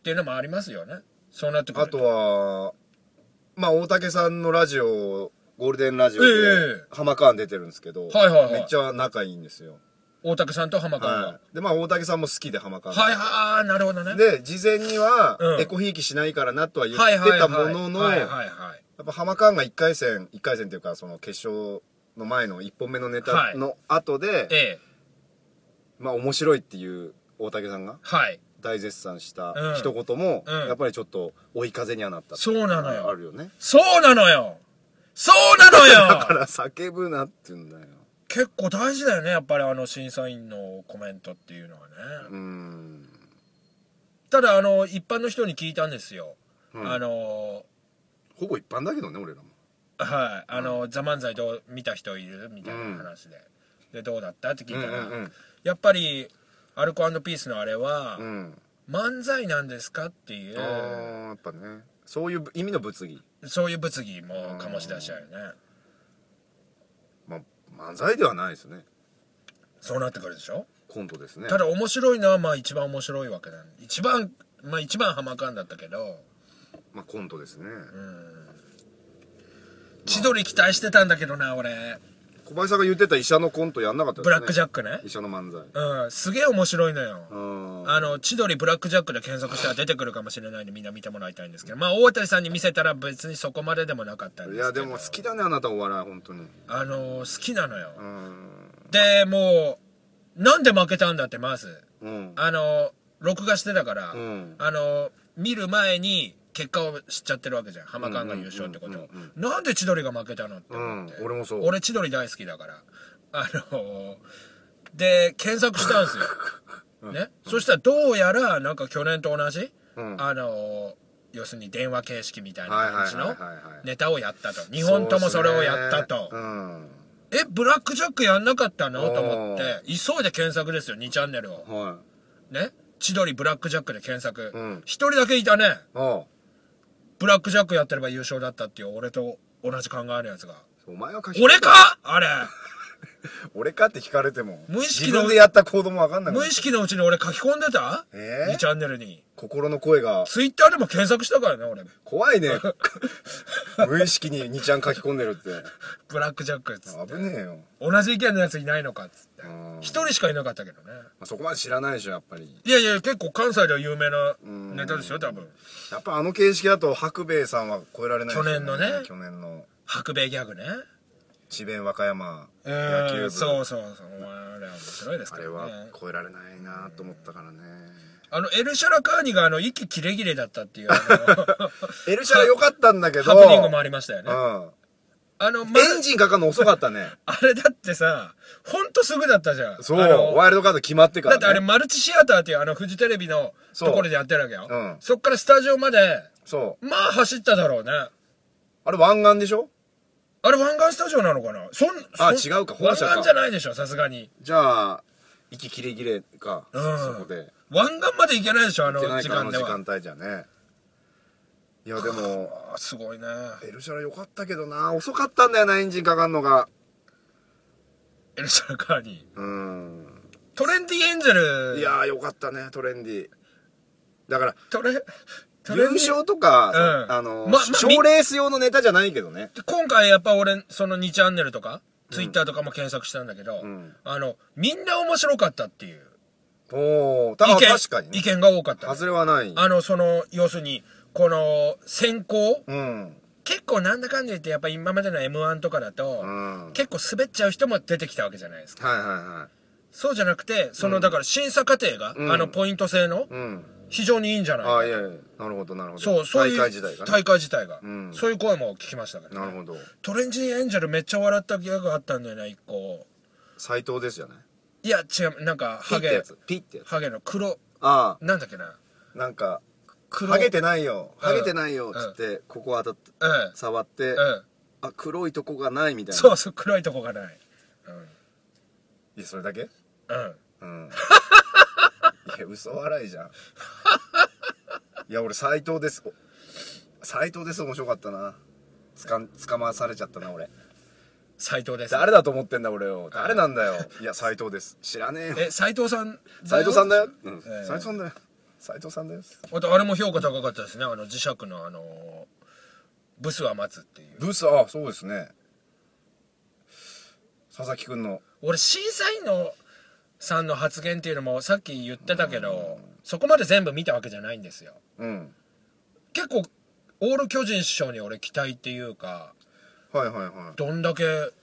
[SPEAKER 2] っていうのもありますよね。そうなってく
[SPEAKER 1] あ
[SPEAKER 2] ると。
[SPEAKER 1] とはまあ大竹さんのラジオゴールデンラジオで
[SPEAKER 2] ええ
[SPEAKER 1] 浜川出てるんですけど、
[SPEAKER 2] はいはいはい
[SPEAKER 1] めっちゃ仲いいんですよ
[SPEAKER 2] 大竹さんと浜川が。は
[SPEAKER 1] はい、でまあ大竹さんも好きで浜
[SPEAKER 2] い
[SPEAKER 1] 川
[SPEAKER 2] はい、ああ、なるほどね。
[SPEAKER 1] で事前には
[SPEAKER 2] うん
[SPEAKER 1] エコひいきしないからなとは言
[SPEAKER 2] はい
[SPEAKER 1] って
[SPEAKER 2] はいは
[SPEAKER 1] た
[SPEAKER 2] い。
[SPEAKER 1] ものの
[SPEAKER 2] はい
[SPEAKER 1] や
[SPEAKER 2] はいはい。
[SPEAKER 1] っぱ浜川が1回戦1回戦というかその決勝の前の1本目のネタの後で、
[SPEAKER 2] ええ。
[SPEAKER 1] まあ面白いっていう大竹さんが
[SPEAKER 2] はい。
[SPEAKER 1] 大絶賛した
[SPEAKER 2] うん
[SPEAKER 1] 一言も、
[SPEAKER 2] うん
[SPEAKER 1] やっぱりちょっと追い風にはなった
[SPEAKER 2] そうなのよ
[SPEAKER 1] あるよね
[SPEAKER 2] そうなのよそうなの
[SPEAKER 1] だか
[SPEAKER 2] よ
[SPEAKER 1] ら叫ぶなって言うんだよ
[SPEAKER 2] 結構大事だよね、やっぱりあの審査員のコメントっていうのはね。
[SPEAKER 1] うーん
[SPEAKER 2] ただ、あの、一般の人に聞いたんですよ。
[SPEAKER 1] うん
[SPEAKER 2] あの、
[SPEAKER 1] ほぼ一般だけどね俺らも
[SPEAKER 2] はい、あの、ザ・漫才どう見た人いるみたいな話で、でどうだったって聞いたら、
[SPEAKER 1] うんうんうん
[SPEAKER 2] やっぱりアルコピースのあれは、
[SPEAKER 1] うん
[SPEAKER 2] 漫才なんですかってい
[SPEAKER 1] あ
[SPEAKER 2] う
[SPEAKER 1] ーやっぱねそういう意味の物議
[SPEAKER 2] そういう物議も醸し出しちゃうよね、
[SPEAKER 1] まあ漫才ではないですね
[SPEAKER 2] そうなってくるでしょ
[SPEAKER 1] コントですね
[SPEAKER 2] ただ面白いのはまあ一番面白いわけなん一番まあ一番ハマカンだったけど
[SPEAKER 1] まあコントですね、
[SPEAKER 2] 千鳥期待してたんだけどな俺
[SPEAKER 1] 小林さんが言ってた医者のコントやんなかったです
[SPEAKER 2] ブ
[SPEAKER 1] ね
[SPEAKER 2] ラックジャックね
[SPEAKER 1] 医者の漫才
[SPEAKER 2] うんすげえ面白いのよ、
[SPEAKER 1] うん
[SPEAKER 2] あの、千鳥ブラックジャックで検索したら出てくるかもしれないんで、みんな見てもらいたいんですけど、まあ、大渡さんに見せたら別にそこまででもなかったん
[SPEAKER 1] い
[SPEAKER 2] です
[SPEAKER 1] やで
[SPEAKER 2] けど。
[SPEAKER 1] も好きだねあなたお笑い本当に
[SPEAKER 2] あのー好きなのよ
[SPEAKER 1] う。ん
[SPEAKER 2] で、もう、なんで負けたんだって、まず。
[SPEAKER 1] うん
[SPEAKER 2] あのー録画してたから、
[SPEAKER 1] うん
[SPEAKER 2] あのー見る前に結果を知っちゃってるわけじゃん。浜カンが優勝ってことをなんで千鳥が負けたのって思って。
[SPEAKER 1] うん俺もそう
[SPEAKER 2] 俺千鳥大好きだから。あのーで、検索したんですよ。 ね、そしたらどうやらなんか去年と同じ、
[SPEAKER 1] うん
[SPEAKER 2] あの要するに電話形式みたいな
[SPEAKER 1] はいはい
[SPEAKER 2] 感
[SPEAKER 1] はい
[SPEAKER 2] じの
[SPEAKER 1] はいはい
[SPEAKER 2] ネタをやったと2本ともそれをやったと、
[SPEAKER 1] そうですねうん
[SPEAKER 2] えブラックジャックやんなかったの
[SPEAKER 1] おー
[SPEAKER 2] と思って急いで検索ですよ2チャンネルを
[SPEAKER 1] はい
[SPEAKER 2] ね千鳥ブラックジャックで検索一、
[SPEAKER 1] うん
[SPEAKER 2] 人だけいたね
[SPEAKER 1] ああ
[SPEAKER 2] ブラックジャックやってれば優勝だったっていう俺と同じ考えのやつが
[SPEAKER 1] お前はか
[SPEAKER 2] 俺か あれ
[SPEAKER 1] 俺かって聞かれても
[SPEAKER 2] 無意識の
[SPEAKER 1] 自分でやった行動も分かんなく
[SPEAKER 2] 無
[SPEAKER 1] な
[SPEAKER 2] 意
[SPEAKER 1] い
[SPEAKER 2] 識のうちに俺書き込んでた、
[SPEAKER 1] えー
[SPEAKER 2] ?2 チャンネルに
[SPEAKER 1] 心の声が
[SPEAKER 2] ツイッターでも検索したからね俺
[SPEAKER 1] 怖いね無意識に2ちゃん書き込んでるって
[SPEAKER 2] ブラックジャックっつって
[SPEAKER 1] 危ねえよ、
[SPEAKER 2] 同じ意見のやついないのかっつって
[SPEAKER 1] うん
[SPEAKER 2] 一人しかいなかったけどね
[SPEAKER 1] まあ、そこまで知らないでしょやっぱり
[SPEAKER 2] いやいや結構関西では有名なネタですよ多分
[SPEAKER 1] やっぱあの形式だと白兵衛さんは超えられないですよ、
[SPEAKER 2] 去年のね
[SPEAKER 1] 去年の
[SPEAKER 2] 白米ギャグね
[SPEAKER 1] 智弁和歌山
[SPEAKER 2] え
[SPEAKER 1] 野球部、
[SPEAKER 2] ー、そうそうそうお前あれは面白いです
[SPEAKER 1] あ
[SPEAKER 2] か
[SPEAKER 1] れ
[SPEAKER 2] らね
[SPEAKER 1] は超えられないなと思ったからね
[SPEAKER 2] あのエルシャラカーニがあの息切れ切れだったっていうあ の
[SPEAKER 1] エルシャラ良かったんだけど
[SPEAKER 2] ハプニングもありましたよねあの、
[SPEAKER 1] う
[SPEAKER 2] ま
[SPEAKER 1] ん、エンジンかかるの遅かったね
[SPEAKER 2] あれだってさほんとすぐだったじゃん
[SPEAKER 1] そう
[SPEAKER 2] あの
[SPEAKER 1] ワイルドカード決まってか
[SPEAKER 2] だ
[SPEAKER 1] ら、
[SPEAKER 2] っ
[SPEAKER 1] ね、
[SPEAKER 2] てあれマルチシアターっていうあのフジテレビの
[SPEAKER 1] そう
[SPEAKER 2] ところでやってるわけよ、
[SPEAKER 1] うん
[SPEAKER 2] そっからスタジオまで
[SPEAKER 1] そう
[SPEAKER 2] まあ走っただろうね
[SPEAKER 1] あれ湾岸でしょ
[SPEAKER 2] あれ湾岸スタジオなのかなそん
[SPEAKER 1] あ
[SPEAKER 2] そん
[SPEAKER 1] 違うか本社か
[SPEAKER 2] 湾岸じゃないでしょさすがに
[SPEAKER 1] じゃあ息切れ切れか、
[SPEAKER 2] うん
[SPEAKER 1] そこで
[SPEAKER 2] 湾岸まで行けないでしょあの
[SPEAKER 1] いけない
[SPEAKER 2] 時
[SPEAKER 1] かあの
[SPEAKER 2] 間で
[SPEAKER 1] 時
[SPEAKER 2] は
[SPEAKER 1] 間帯じゃねいやでも
[SPEAKER 2] あーすごいね
[SPEAKER 1] エルシャラ良かったけどな遅かったんだよなエンジンかかんのが
[SPEAKER 2] エルシャラカーニ
[SPEAKER 1] うん
[SPEAKER 2] トレンディエンジェル
[SPEAKER 1] いやーよかったねトレンディだから
[SPEAKER 2] トレトレ
[SPEAKER 1] 優
[SPEAKER 2] ンディ
[SPEAKER 1] 勝とか、
[SPEAKER 2] うん
[SPEAKER 1] あの
[SPEAKER 2] まま
[SPEAKER 1] 賞、レース用のネタじゃないけどね
[SPEAKER 2] 今回やっぱ俺その2チャンネルとか、ツイッターとかも検索したんだけど、
[SPEAKER 1] ん
[SPEAKER 2] あのみんな面白かったっていう
[SPEAKER 1] おお
[SPEAKER 2] 意見
[SPEAKER 1] 確かに
[SPEAKER 2] 意
[SPEAKER 1] ね
[SPEAKER 2] 見が多かったね、
[SPEAKER 1] 外れはない
[SPEAKER 2] あのその要するにこの選考
[SPEAKER 1] うん
[SPEAKER 2] 結構なんだかんだ言ってやっぱ今までの m 1とかだと、
[SPEAKER 1] うん
[SPEAKER 2] 結構滑っちゃう人も出てきたわけじゃないですか
[SPEAKER 1] はいはいは
[SPEAKER 2] そうじゃなくてそのだから審査過程が、
[SPEAKER 1] うん
[SPEAKER 2] あのポイント制の
[SPEAKER 1] いうん
[SPEAKER 2] 非常にいいんじゃないか
[SPEAKER 1] あいやいやなるほどなるほど
[SPEAKER 2] そうそういう
[SPEAKER 1] 大会時代が、ね、
[SPEAKER 2] 大会自体が、
[SPEAKER 1] うん
[SPEAKER 2] そういう声も聞きましたけど、
[SPEAKER 1] なるほど
[SPEAKER 2] トレンジエンジェルめっちゃ笑ったギャグあったんだよね一個
[SPEAKER 1] 斎藤ですじゃない
[SPEAKER 2] いや違うなんか
[SPEAKER 1] ピ
[SPEAKER 2] ハ
[SPEAKER 1] ッて
[SPEAKER 2] ゲ
[SPEAKER 1] やつピッてやつ
[SPEAKER 2] ハゲの黒
[SPEAKER 1] あ
[SPEAKER 2] なんだっけな
[SPEAKER 1] あなんか
[SPEAKER 2] 黒
[SPEAKER 1] ハゲてないよ
[SPEAKER 2] うん
[SPEAKER 1] ハゲてないよっつって、ここ当たって
[SPEAKER 2] うん
[SPEAKER 1] 触って、
[SPEAKER 2] うん
[SPEAKER 1] あ黒いとこがないみたいな
[SPEAKER 2] そうそう黒いとこがない
[SPEAKER 1] いやそれだけ
[SPEAKER 2] うんうん
[SPEAKER 1] うん。いや、嘘笑いじゃん。いや、俺、斎藤です。お斎藤です、面白かったな。つかん、捕まされちゃったな、俺。
[SPEAKER 2] 斎藤です
[SPEAKER 1] 誰だと思ってんだ、俺を。誰なんだよ。いや、斎藤です。知らねえよ。
[SPEAKER 2] え斎藤さんだよ
[SPEAKER 1] 斎藤さんだよ。うん
[SPEAKER 2] ええ
[SPEAKER 1] 斎藤さんだよ。斎藤さんだよ。
[SPEAKER 2] あとあれも評価高かったですねあの磁石のあのーブスは待つっていう
[SPEAKER 1] ブース、あ、そうですね。佐々木くんの。
[SPEAKER 2] 俺審査員のさんの発言っていうのもさっき言ってたけどそこまで全部見たわけじゃないんですよ
[SPEAKER 1] うん。
[SPEAKER 2] 結構オール巨人師匠に俺期待っていうか
[SPEAKER 1] はいはいはい。
[SPEAKER 2] どんだけ突っ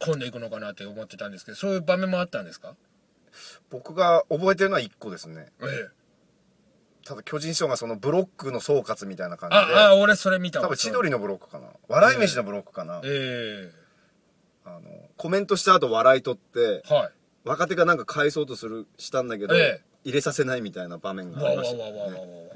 [SPEAKER 2] 込んでいくのかなって思ってたんですけどそういう場面もあったんですか
[SPEAKER 1] 僕が覚えてるのは1個ですね。
[SPEAKER 2] ええ
[SPEAKER 1] ただ、巨人師匠がそのブロックの総括みたいな感じで。
[SPEAKER 2] ああ俺それ見たわ
[SPEAKER 1] 多分千鳥のブロックかな笑い飯のブロックかな、
[SPEAKER 2] え
[SPEAKER 1] あのコメントした後笑い取って
[SPEAKER 2] えはい
[SPEAKER 1] 若手がなんか返そうとするしたんだけど、
[SPEAKER 2] ええ
[SPEAKER 1] 入れさせないみたいな場面があ
[SPEAKER 2] わ
[SPEAKER 1] りま
[SPEAKER 2] わわ
[SPEAKER 1] したけ
[SPEAKER 2] わわわ
[SPEAKER 1] どね
[SPEAKER 2] わ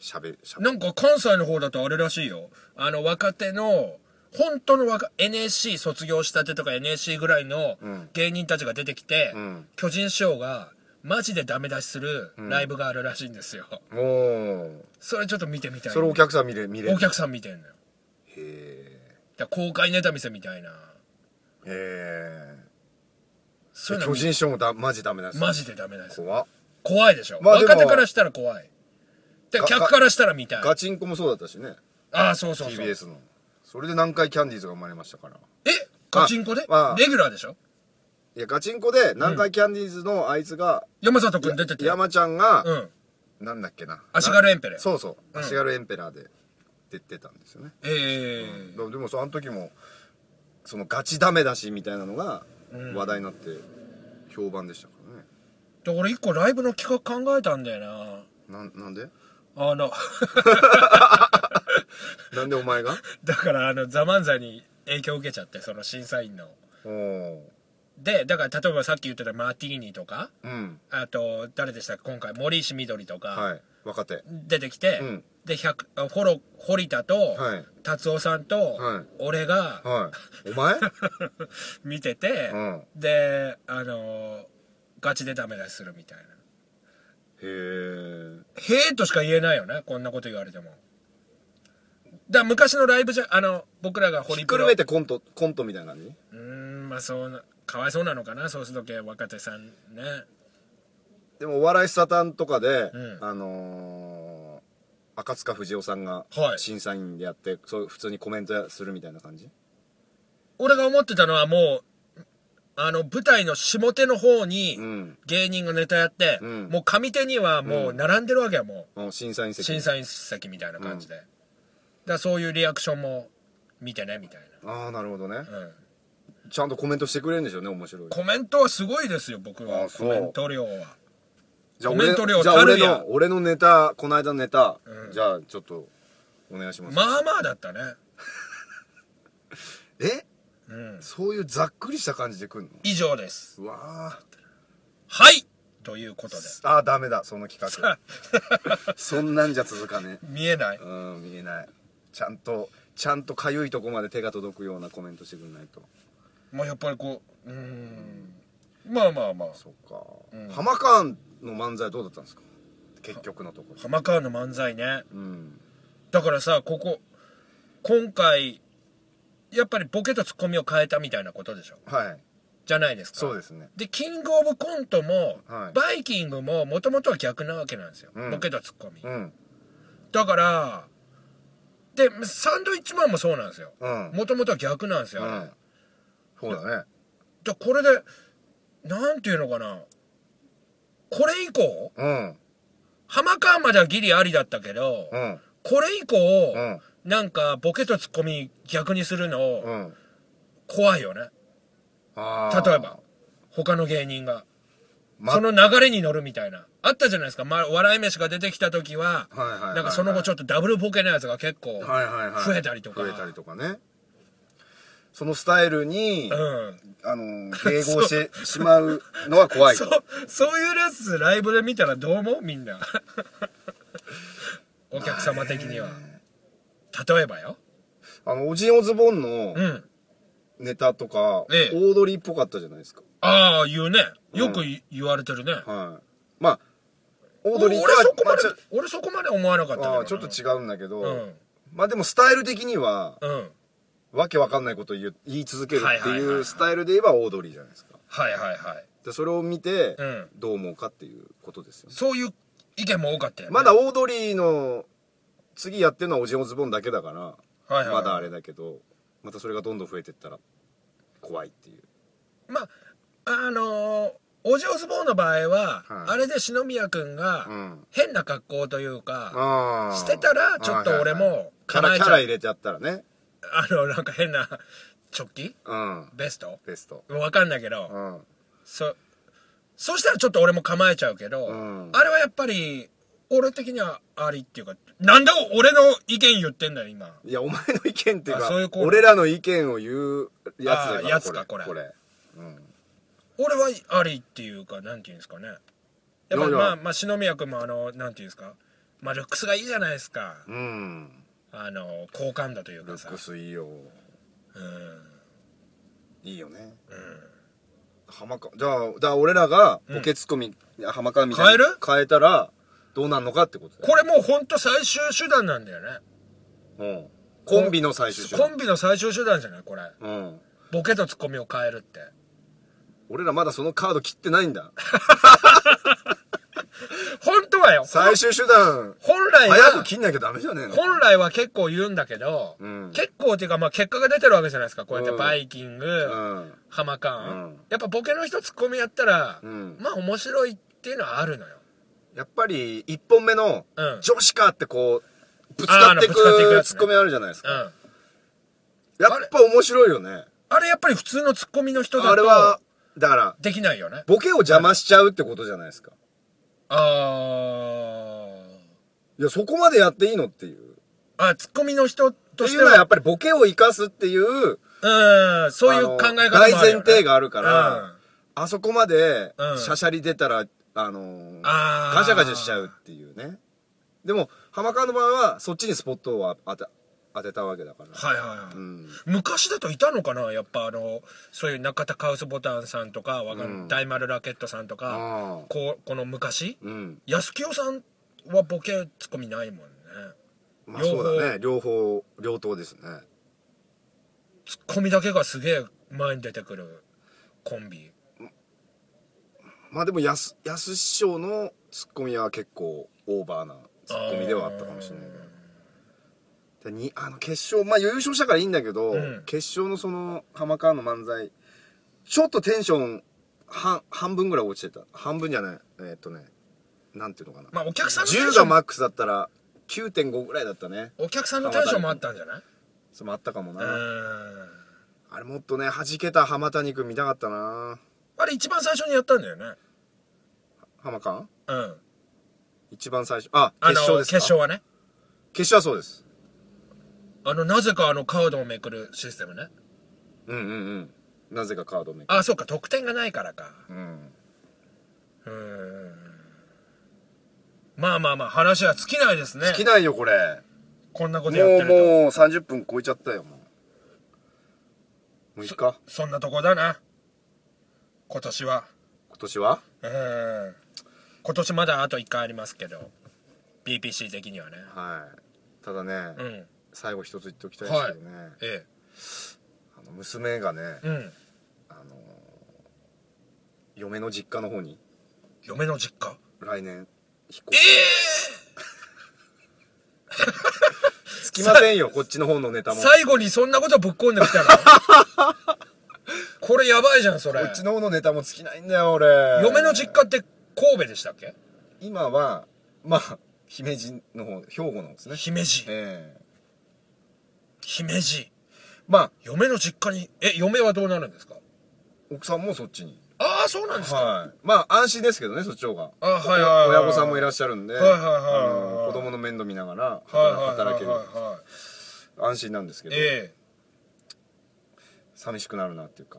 [SPEAKER 1] しゃべるしゃべる
[SPEAKER 2] なんか関西の方だとあれらしいよあの若手の本当の若 NSC 卒業したてとか NSC ぐらいの
[SPEAKER 1] ん
[SPEAKER 2] 芸人たちが出てきて、
[SPEAKER 1] うん
[SPEAKER 2] 巨人師匠がマジでダメ出しするライブがあるらしいんですよ、
[SPEAKER 1] おー
[SPEAKER 2] それちょっと見てみたい
[SPEAKER 1] それお客さん見れ見れる
[SPEAKER 2] お客さん見てんのよ
[SPEAKER 1] へえ
[SPEAKER 2] だから公開ネタ見せみたいな
[SPEAKER 1] へ
[SPEAKER 2] そ
[SPEAKER 1] え
[SPEAKER 2] ういうの
[SPEAKER 1] 巨
[SPEAKER 2] 見
[SPEAKER 1] 人師匠もだマジダメだし
[SPEAKER 2] マジでダメ出し
[SPEAKER 1] 怖っ
[SPEAKER 2] 怖いでしょ、
[SPEAKER 1] まあでも
[SPEAKER 2] 若手からしたら怖いで
[SPEAKER 1] が
[SPEAKER 2] 客からしたら見たい
[SPEAKER 1] ガチンコもそうだったしね
[SPEAKER 2] ああそうそうそう
[SPEAKER 1] TBS のそれで南海キャンディーズが生まれましたから
[SPEAKER 2] えガチンコで
[SPEAKER 1] まあ
[SPEAKER 2] レギュラーでしょ
[SPEAKER 1] いやガチンコで南海キャンディーズのあいつが、
[SPEAKER 2] 山里君出てて
[SPEAKER 1] 山ちゃんが、
[SPEAKER 2] うん
[SPEAKER 1] なんだっけな
[SPEAKER 2] 足軽エンペレ
[SPEAKER 1] そうそう、
[SPEAKER 2] うん
[SPEAKER 1] 足軽エンペラーで出てたんですよね、
[SPEAKER 2] ええ
[SPEAKER 1] だからでもそあの時もそのガチダメ出しみたいなのが
[SPEAKER 2] うん
[SPEAKER 1] 話題になって評判でしたからね、
[SPEAKER 2] で俺一個ライブの企画考えたんだよ
[SPEAKER 1] なんなんで
[SPEAKER 2] なあの
[SPEAKER 1] なんでお前が
[SPEAKER 2] だからあの「ザ漫才に影響受けちゃってその審査員の
[SPEAKER 1] おー
[SPEAKER 2] でだから例えばさっき言ってたマーティーニとか
[SPEAKER 1] うん
[SPEAKER 2] あと誰でしたっけ今回森石みどりとか、
[SPEAKER 1] はい若手
[SPEAKER 2] 出てきて、
[SPEAKER 1] うん
[SPEAKER 2] で100あフォロ堀田と、
[SPEAKER 1] はい
[SPEAKER 2] 達夫さんと、
[SPEAKER 1] はい
[SPEAKER 2] 俺が
[SPEAKER 1] はいお前
[SPEAKER 2] 見てて、
[SPEAKER 1] うん
[SPEAKER 2] であのーガチでダメ出しするみたいな
[SPEAKER 1] へ
[SPEAKER 2] 「へえ」としか言えないよねこんなこと言われてもだから昔のライブじゃあの僕らが
[SPEAKER 1] え
[SPEAKER 2] ホ
[SPEAKER 1] ひっ
[SPEAKER 2] リ
[SPEAKER 1] く
[SPEAKER 2] プ
[SPEAKER 1] る
[SPEAKER 2] ロ
[SPEAKER 1] めてコントコントみたいな感じ
[SPEAKER 2] うーんまあそうなかわいそうなのかなそうするとけ若手さんね
[SPEAKER 1] でもお笑いスタタンとかで、
[SPEAKER 2] うん
[SPEAKER 1] あのー赤塚不二夫さんが
[SPEAKER 2] はい
[SPEAKER 1] 審査員でやって、そう普通にコメントするみたいな感じ
[SPEAKER 2] 俺が思ってたのはもうあの舞台の下手の方
[SPEAKER 1] う
[SPEAKER 2] に
[SPEAKER 1] ん
[SPEAKER 2] 芸人がネタやって、
[SPEAKER 1] うん
[SPEAKER 2] もう上手にはもう並んでるわけやもう、
[SPEAKER 1] うん審査員席
[SPEAKER 2] 審査員席みたいな感じで、だからそういうリアクションも見てねみたい
[SPEAKER 1] ああなるほどね、
[SPEAKER 2] な、うん、
[SPEAKER 1] ちゃんとコメントしてくれるんでしょうね面白い
[SPEAKER 2] コメントはすごいですよ僕
[SPEAKER 1] あ
[SPEAKER 2] はコ
[SPEAKER 1] そう
[SPEAKER 2] メント量は
[SPEAKER 1] じゃあ
[SPEAKER 2] コメ
[SPEAKER 1] 俺
[SPEAKER 2] ント量
[SPEAKER 1] じゃあ俺
[SPEAKER 2] たるや
[SPEAKER 1] の俺のネタこの間のネタ、
[SPEAKER 2] うん
[SPEAKER 1] じゃあちょっとお願いします、
[SPEAKER 2] まあまあだったね
[SPEAKER 1] え
[SPEAKER 2] うん
[SPEAKER 1] そういうざっくりした感じで来るの
[SPEAKER 2] 以上です
[SPEAKER 1] うわ
[SPEAKER 2] はいということで
[SPEAKER 1] ーああダメだその企画
[SPEAKER 2] さ
[SPEAKER 1] そんなんじゃ続かね
[SPEAKER 2] 見えない
[SPEAKER 1] うん見えないちゃんとちゃんとかゆいとこまで手が届くようなコメントしてくんないと
[SPEAKER 2] まあやっぱりこううーんまあまあまあ
[SPEAKER 1] そっか、
[SPEAKER 2] うん
[SPEAKER 1] ハマカーンの漫才どうだったんですか結局のところ
[SPEAKER 2] 浜川の漫才ね
[SPEAKER 1] うん
[SPEAKER 2] だからさここ今回やっぱりボケとツッコミを変えたみたいなことでしょ
[SPEAKER 1] はい
[SPEAKER 2] じゃないですか
[SPEAKER 1] そうですね
[SPEAKER 2] でキングオブコントも、
[SPEAKER 1] はい
[SPEAKER 2] バイキングももともとは逆なわけなんですよ、
[SPEAKER 1] うん
[SPEAKER 2] ボケとツッコミ、
[SPEAKER 1] うん
[SPEAKER 2] だからでサンドイッチマンもそうなんですよ
[SPEAKER 1] うん
[SPEAKER 2] もともとは逆なんですよ、あ
[SPEAKER 1] う
[SPEAKER 2] れ
[SPEAKER 1] んそうだね
[SPEAKER 2] じゃこれでなんていうのかなこれ以降
[SPEAKER 1] うん
[SPEAKER 2] 浜川まではギリありだったけど、
[SPEAKER 1] うん
[SPEAKER 2] これ以降、
[SPEAKER 1] うん
[SPEAKER 2] なんかボケとツッコミ逆にする
[SPEAKER 1] う
[SPEAKER 2] の
[SPEAKER 1] ん
[SPEAKER 2] 怖いよね
[SPEAKER 1] あー
[SPEAKER 2] 例えば他の芸人が
[SPEAKER 1] ま
[SPEAKER 2] その流れに乗るみたいなあったじゃないですか、ま、笑い飯が出てきた時は
[SPEAKER 1] はいはいはいはい
[SPEAKER 2] なんかその後ちょっとダブルボケのやつが結構
[SPEAKER 1] はいはいはい、
[SPEAKER 2] 増えたりとか
[SPEAKER 1] 増えたりとかねそのスタイルに、
[SPEAKER 2] うん
[SPEAKER 1] あの迎合してしまうのは怖い
[SPEAKER 2] そ
[SPEAKER 1] と
[SPEAKER 2] うそういうやつライブで見たらどう思うみんな お客様的には例えばよ
[SPEAKER 1] あのオジンオズボンの
[SPEAKER 2] うん
[SPEAKER 1] ネタとか、
[SPEAKER 2] ええ
[SPEAKER 1] オードリーっぽかったじゃないですか
[SPEAKER 2] ああ言うねよくい言われてるね、
[SPEAKER 1] はいまあオードリ
[SPEAKER 2] 俺
[SPEAKER 1] ー
[SPEAKER 2] 俺そこまで
[SPEAKER 1] まあちょ
[SPEAKER 2] 俺そこまで思わなかったけど
[SPEAKER 1] あ
[SPEAKER 2] な
[SPEAKER 1] ーちょっと違うんだけど、
[SPEAKER 2] うん
[SPEAKER 1] まあでもスタイル的には
[SPEAKER 2] うん
[SPEAKER 1] わけわかんないことを言う言い続けるって
[SPEAKER 2] はいはいはい
[SPEAKER 1] い
[SPEAKER 2] は
[SPEAKER 1] う
[SPEAKER 2] い
[SPEAKER 1] スタイルで言えばオードリーじゃないですか
[SPEAKER 2] はいはいはい
[SPEAKER 1] でそれを見て
[SPEAKER 2] うん
[SPEAKER 1] どう思うかっていうことですよね、
[SPEAKER 2] そういう意見も多かったよね
[SPEAKER 1] まだオードリーの次やってるのはオジンオズボンだけだから、
[SPEAKER 2] はいはいはい
[SPEAKER 1] まだあれだけどまたそれがどんどん増えてったら怖いっていう
[SPEAKER 2] まああのーおじおずぼうの場合は、
[SPEAKER 1] はい
[SPEAKER 2] あれで篠宮君が
[SPEAKER 1] うん
[SPEAKER 2] 変な格好というか、
[SPEAKER 1] あー
[SPEAKER 2] してたらちょっと俺
[SPEAKER 1] はいはいはい
[SPEAKER 2] も
[SPEAKER 1] キャ
[SPEAKER 2] 構
[SPEAKER 1] ラキ
[SPEAKER 2] えちゃ
[SPEAKER 1] ャ
[SPEAKER 2] う
[SPEAKER 1] ラ入れちゃったらね
[SPEAKER 2] あのなんか変な直帰
[SPEAKER 1] うん
[SPEAKER 2] ベスト
[SPEAKER 1] ベスト
[SPEAKER 2] わかんないけど、
[SPEAKER 1] うん
[SPEAKER 2] そそしたらちょっと俺も構えちゃうけど、
[SPEAKER 1] うん
[SPEAKER 2] あれはやっぱり俺的にはありっていうかなんで俺の意見言ってんだよ今
[SPEAKER 1] いやお前の意見っていう
[SPEAKER 2] あ
[SPEAKER 1] か
[SPEAKER 2] そういうこと
[SPEAKER 1] 俺らの意見を言うやつだから
[SPEAKER 2] あーやつかこれ
[SPEAKER 1] これうん
[SPEAKER 2] 俺はありっていうかなんていうんですかねやっぱ
[SPEAKER 1] いやい
[SPEAKER 2] り
[SPEAKER 1] や
[SPEAKER 2] まあ、まあ、篠宮君もあのなんていうんですかまあルックスがいいじゃないですか、
[SPEAKER 1] うん
[SPEAKER 2] あの好感度という
[SPEAKER 1] ル
[SPEAKER 2] か
[SPEAKER 1] ッ
[SPEAKER 2] さ
[SPEAKER 1] クスいいよ
[SPEAKER 2] う
[SPEAKER 1] いいよね
[SPEAKER 2] んうん
[SPEAKER 1] 浜川じゃあじゃあ俺らがボケツッコミ、浜川みたいに
[SPEAKER 2] 変える
[SPEAKER 1] 変えたらどうなんのかってことだよ
[SPEAKER 2] これもうほんと最終手段なんだよね
[SPEAKER 1] うんコンビの最終手
[SPEAKER 2] コ
[SPEAKER 1] 段
[SPEAKER 2] ンビの最終手段じゃないこれ
[SPEAKER 1] うん
[SPEAKER 2] ボケとツッコミを変えるって
[SPEAKER 1] 俺らまだそのカード切ってないんだ
[SPEAKER 2] 本当はよ
[SPEAKER 1] 最終手段
[SPEAKER 2] 本来
[SPEAKER 1] 早
[SPEAKER 2] は
[SPEAKER 1] く切んなきゃダメじゃねえの
[SPEAKER 2] 本来は結構言うんだけど、
[SPEAKER 1] うん
[SPEAKER 2] 結構っていうかまあ結果が出てるわけじゃないですかこうやって
[SPEAKER 1] うん
[SPEAKER 2] バイキング、
[SPEAKER 1] うん
[SPEAKER 2] ハマカン、
[SPEAKER 1] うん
[SPEAKER 2] やっぱボケの人ツッコミやったら、
[SPEAKER 1] うん
[SPEAKER 2] まあ面白いっていうのはあるのよ
[SPEAKER 1] やっぱり一本目の
[SPEAKER 2] うん
[SPEAKER 1] 女子かってこうぶつかって
[SPEAKER 2] あーあのぶつかっていく
[SPEAKER 1] く
[SPEAKER 2] やつね
[SPEAKER 1] ツッコミあるじゃないです
[SPEAKER 2] うん
[SPEAKER 1] かやっぱ面白いよね
[SPEAKER 2] あれやっぱり普通のツッコミの人だ
[SPEAKER 1] あれ
[SPEAKER 2] と
[SPEAKER 1] はだから
[SPEAKER 2] できないよね
[SPEAKER 1] ボケを邪魔しちゃうってことじゃないですか
[SPEAKER 2] あ
[SPEAKER 1] いやそこまでやっていいのっていう
[SPEAKER 2] ーあツッコミの人
[SPEAKER 1] と
[SPEAKER 2] と
[SPEAKER 1] い
[SPEAKER 2] し
[SPEAKER 1] う
[SPEAKER 2] て
[SPEAKER 1] のはや
[SPEAKER 2] は
[SPEAKER 1] っぱりボケを生かすっていう
[SPEAKER 2] うんそういう考え方もあるよ、ね、
[SPEAKER 1] 大前提があるから、
[SPEAKER 2] うん
[SPEAKER 1] あそこまで
[SPEAKER 2] うん
[SPEAKER 1] しゃしゃり出たら、あのー
[SPEAKER 2] あー
[SPEAKER 1] ガシャガシャしちゃうっていうねでも浜川の場合はそっちにスポットを当て当てたわけだから、
[SPEAKER 2] はいはいはい、
[SPEAKER 1] うん、
[SPEAKER 2] 昔だといたのかなやっぱあのそういう中田カウスボタンさんとかわかんない
[SPEAKER 1] うん
[SPEAKER 2] 大丸ラケットさんとか、
[SPEAKER 1] ああ
[SPEAKER 2] こうこの昔
[SPEAKER 1] うん
[SPEAKER 2] 安清さんはボケツッコミないもんね
[SPEAKER 1] まあ
[SPEAKER 2] 両
[SPEAKER 1] そ
[SPEAKER 2] 方
[SPEAKER 1] うだね両方両党ですね
[SPEAKER 2] ツッコミだけがすげえ前に出てくるコンビ
[SPEAKER 1] まあでも安安師匠のツッコミは結構オーバーなツッコミではあったかもしれないけどでにあの決勝まあ優勝したからいいんだけど、
[SPEAKER 2] うん
[SPEAKER 1] 決勝のその浜川の漫才ちょっとテンション半半分ぐらい落ちてた半分じゃないえーっとねなんていうのかな、
[SPEAKER 2] まあお客さんのテン
[SPEAKER 1] 10
[SPEAKER 2] ショ
[SPEAKER 1] が
[SPEAKER 2] ン
[SPEAKER 1] マックスだったら9.5ぐらいだったね
[SPEAKER 2] お客さんのテンションもあったんじゃない
[SPEAKER 1] それもあったかも
[SPEAKER 2] う
[SPEAKER 1] な、
[SPEAKER 2] ん
[SPEAKER 1] あれもっとね弾けた浜谷君見たかったな
[SPEAKER 2] あれ一番最初にやったんだよね
[SPEAKER 1] 浜川
[SPEAKER 2] うん
[SPEAKER 1] 一番最初あ
[SPEAKER 2] あ
[SPEAKER 1] 決勝
[SPEAKER 2] の
[SPEAKER 1] です
[SPEAKER 2] 決
[SPEAKER 1] か
[SPEAKER 2] 勝はね
[SPEAKER 1] 決勝はそうです
[SPEAKER 2] あのなぜかあのカードをめくるシステムね
[SPEAKER 1] うんうんうんなぜかカードめく
[SPEAKER 2] あそうか得点がないからか
[SPEAKER 1] うん
[SPEAKER 2] うーんまあまあまあ話は尽きないですね
[SPEAKER 1] 尽きないよこれ
[SPEAKER 2] こんなこ
[SPEAKER 1] もう
[SPEAKER 2] とやってる
[SPEAKER 1] も
[SPEAKER 2] と
[SPEAKER 1] う30分超えちゃったよもうもういいか
[SPEAKER 2] そんなとこだな今年は
[SPEAKER 1] 今年は
[SPEAKER 2] うーん今年まだあと1回ありますけど BPC 的にはね
[SPEAKER 1] はいただね、
[SPEAKER 2] うん
[SPEAKER 1] 最後一つ言っておきたいんですけどね、
[SPEAKER 2] え
[SPEAKER 1] あの娘がね、
[SPEAKER 2] えうん
[SPEAKER 1] あの嫁の実家の方に
[SPEAKER 2] 嫁の実家
[SPEAKER 1] 来年引っ
[SPEAKER 2] え
[SPEAKER 1] 越しつきませんよこっちの方のネ
[SPEAKER 2] え
[SPEAKER 1] タもこ
[SPEAKER 2] 最後にそんなことぶっ込んできたのこれやばいじゃんそれ
[SPEAKER 1] っちの方のネタも尽きないんだよ俺
[SPEAKER 2] 嫁の実家って神戸でしたっけ
[SPEAKER 1] 今はまあ姫路の方兵庫の方ですね
[SPEAKER 2] 姫路
[SPEAKER 1] ええ
[SPEAKER 2] 姫路
[SPEAKER 1] まあ
[SPEAKER 2] 嫁の実家にえ嫁はどうなるんですか
[SPEAKER 1] 奥さんもそっちに
[SPEAKER 2] ああそうなんですか、
[SPEAKER 1] はいまあ安心ですけどねそっちの方が
[SPEAKER 2] あはいはいはいはい
[SPEAKER 1] お親御さんもいらっしゃるんで、
[SPEAKER 2] はいはいはいはい
[SPEAKER 1] あの子供の面倒見ながら
[SPEAKER 2] はい
[SPEAKER 1] 働働ける
[SPEAKER 2] はいはいはいはい
[SPEAKER 1] 安心なんですけど、
[SPEAKER 2] ええ
[SPEAKER 1] 寂しくなるなっていうか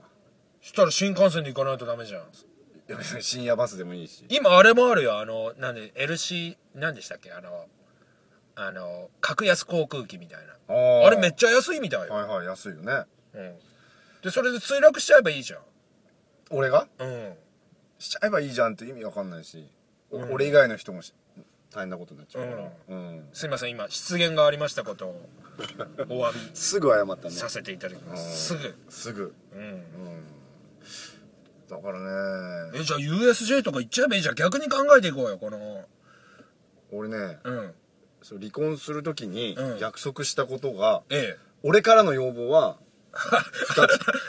[SPEAKER 2] したら新幹線で行かないとダメじゃん
[SPEAKER 1] いや別に深夜バスでもいいし
[SPEAKER 2] 今あれもあるよあのなんで LC 何でしたっけあのあの格安航空機みたいな
[SPEAKER 1] あ
[SPEAKER 2] あ
[SPEAKER 1] ー
[SPEAKER 2] れめっちゃ安いみたいよ、
[SPEAKER 1] はいはい安いよね
[SPEAKER 2] うん、でそれで墜落しちゃえばいいじゃん
[SPEAKER 1] 俺が
[SPEAKER 2] うん
[SPEAKER 1] しちゃえばいいじゃんって意味わかんないし、お
[SPEAKER 2] うん
[SPEAKER 1] 俺以外の人もし大変なことになっちゃうから、うん
[SPEAKER 2] すいません今失言がありましたこと をお詫び
[SPEAKER 1] すぐ謝ったね
[SPEAKER 2] させていただきますすぐ
[SPEAKER 1] すぐ
[SPEAKER 2] うん
[SPEAKER 1] だからね
[SPEAKER 2] えじゃあ USJ とか行っちゃえばいいじゃん逆に考えていこうよこの
[SPEAKER 1] 俺ね
[SPEAKER 2] うん
[SPEAKER 1] そう離婚するときに
[SPEAKER 2] うん
[SPEAKER 1] 約束したことが、
[SPEAKER 2] ええ
[SPEAKER 1] 俺からの要望は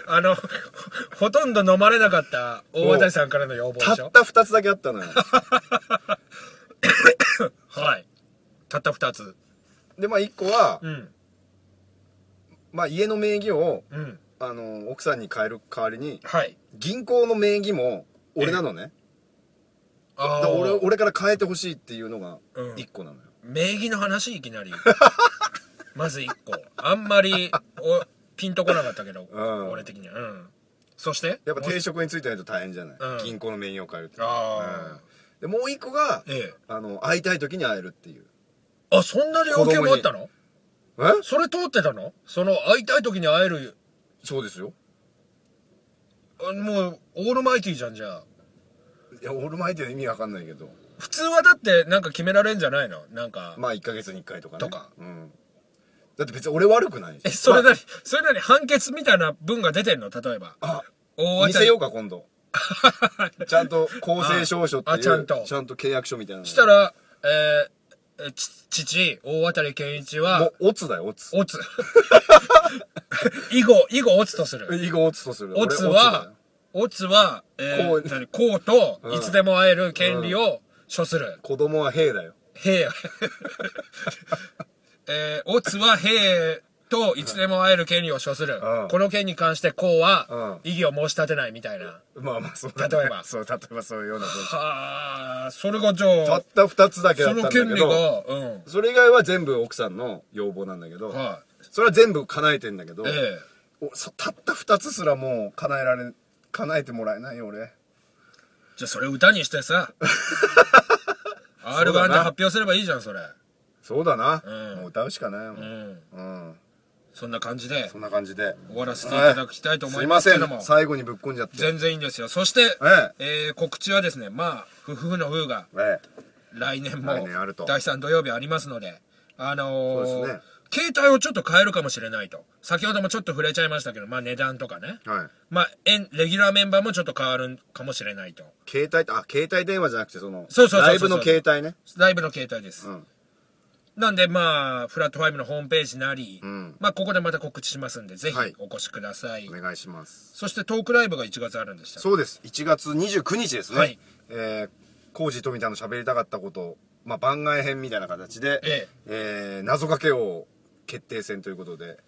[SPEAKER 2] あのほとんど飲まれなかった大渡さんからの要望で
[SPEAKER 1] たっ
[SPEAKER 2] しょ
[SPEAKER 1] た2つだけあったのよ
[SPEAKER 2] はいたった2つ
[SPEAKER 1] でまあ1個は、
[SPEAKER 2] うん
[SPEAKER 1] まあ、家の名義を
[SPEAKER 2] うん
[SPEAKER 1] あの奥さんに変える代わりに
[SPEAKER 2] はい
[SPEAKER 1] 銀行の名義も俺なのね、だ
[SPEAKER 2] あ
[SPEAKER 1] から
[SPEAKER 2] あ
[SPEAKER 1] 俺俺から変えてほしいっていうのが
[SPEAKER 2] うん
[SPEAKER 1] 1個なのよ、
[SPEAKER 2] 名義の話いき なりまず1個あんまりおピンとこなかったけど、
[SPEAKER 1] うん
[SPEAKER 2] 俺的にはうんそして
[SPEAKER 1] やっぱ定
[SPEAKER 2] もう
[SPEAKER 1] 職についてないと大変じゃない、
[SPEAKER 2] うん
[SPEAKER 1] 銀行の名義を変えるって
[SPEAKER 2] あ
[SPEAKER 1] うんでもう1個が、
[SPEAKER 2] ええ
[SPEAKER 1] あの会いたい時に会えるっていう
[SPEAKER 2] あそんなに要求もあったの
[SPEAKER 1] え
[SPEAKER 2] それ通ってたのその会いたい時に会える
[SPEAKER 1] そうですよ
[SPEAKER 2] あもうオールマイティーじゃんじゃあ
[SPEAKER 1] いやオールマイティの意味わかんないけど
[SPEAKER 2] 普通はだってなんか決められんじゃないのなんか、
[SPEAKER 1] まあ1ヶ月に1回とかね
[SPEAKER 2] とか
[SPEAKER 1] うん、だって別に俺悪くないし
[SPEAKER 2] えそれ
[SPEAKER 1] ま
[SPEAKER 2] なり、それなり判決みたいな文が出てんの例えば
[SPEAKER 1] あ
[SPEAKER 2] 大
[SPEAKER 1] あ見せよ
[SPEAKER 2] よ
[SPEAKER 1] うか 今度ちゃんと公正証書ってい
[SPEAKER 2] ああ
[SPEAKER 1] う
[SPEAKER 2] ちゃんと
[SPEAKER 1] 契約書みたいなの
[SPEAKER 2] したらえーえち父大渡健一
[SPEAKER 1] も
[SPEAKER 2] は
[SPEAKER 1] うオツだよオツ
[SPEAKER 2] オツ 以後以後オツとする
[SPEAKER 1] 以後オツとする
[SPEAKER 2] オツ
[SPEAKER 1] 俺だ
[SPEAKER 2] は
[SPEAKER 1] よ
[SPEAKER 2] オツはえ
[SPEAKER 1] こう
[SPEAKER 2] ー何こうと
[SPEAKER 1] うん
[SPEAKER 2] いつでも会える権利を所する
[SPEAKER 1] 子供は兵だよ
[SPEAKER 2] 兵 えーオツは兵といつでも会える権利を所する
[SPEAKER 1] うん
[SPEAKER 2] この件に関してこうは
[SPEAKER 1] う
[SPEAKER 2] 異議を申し立てないみたいな
[SPEAKER 1] まあまあそうだね
[SPEAKER 2] 例えば
[SPEAKER 1] そう例えばそういうようなこと
[SPEAKER 2] はあそれがじゃ
[SPEAKER 1] た
[SPEAKER 2] あ
[SPEAKER 1] った2つだけだ
[SPEAKER 2] そ
[SPEAKER 1] ったん
[SPEAKER 2] の
[SPEAKER 1] だけ
[SPEAKER 2] 権利
[SPEAKER 1] ど
[SPEAKER 2] がうん
[SPEAKER 1] それ以外は全部奥さんの要望なんだけど、
[SPEAKER 2] は
[SPEAKER 1] それは全部叶えてんだけど、
[SPEAKER 2] いええ
[SPEAKER 1] おそたった2つすらもう叶えられ叶えてもらえないよ俺
[SPEAKER 2] じゃあそれ歌にし てさ R1 で発表すればいいじゃんそれ
[SPEAKER 1] そうだな、
[SPEAKER 2] うん
[SPEAKER 1] もう歌うしかないも、
[SPEAKER 2] うんん
[SPEAKER 1] うん、
[SPEAKER 2] そんな感じで
[SPEAKER 1] そんな感じで
[SPEAKER 2] 終わらせていただきたいと思います
[SPEAKER 1] は
[SPEAKER 2] け
[SPEAKER 1] いす
[SPEAKER 2] ど
[SPEAKER 1] いま
[SPEAKER 2] も
[SPEAKER 1] せん最後にぶっこんじゃって
[SPEAKER 2] 全然いいんですよそして
[SPEAKER 1] え
[SPEAKER 2] えー告知はですねまあ夫婦の夫が
[SPEAKER 1] ええ
[SPEAKER 2] 来年も
[SPEAKER 1] 来年あると
[SPEAKER 2] 第3土曜日ありますのであのー
[SPEAKER 1] そうですね
[SPEAKER 2] 携帯をちょっと変えるかもしれないと先ほどもちょっと触れちゃいましたけどまあ値段とかね
[SPEAKER 1] はい
[SPEAKER 2] まあえんレギュラーメンバーもちょっと変わるかもしれないと
[SPEAKER 1] 携帯ってあ携帯電話じゃなくてその
[SPEAKER 2] そうそうそうそう
[SPEAKER 1] ライブの携帯ね
[SPEAKER 2] ライブの携帯です、
[SPEAKER 1] うん
[SPEAKER 2] なんでまあフラットファイブのホームページなり、
[SPEAKER 1] うん
[SPEAKER 2] まあここでまた告知しますんでぜひ
[SPEAKER 1] はい
[SPEAKER 2] お越しください、
[SPEAKER 1] お願いします
[SPEAKER 2] そしてトークライブが1月あるんでしたね
[SPEAKER 1] そうです1月29日ですね、
[SPEAKER 2] はい
[SPEAKER 1] えー、工事富田の喋りたかったこと、まあ、番外編みたいな形で、
[SPEAKER 2] え
[SPEAKER 1] えー謎かけ王決定戦ということで、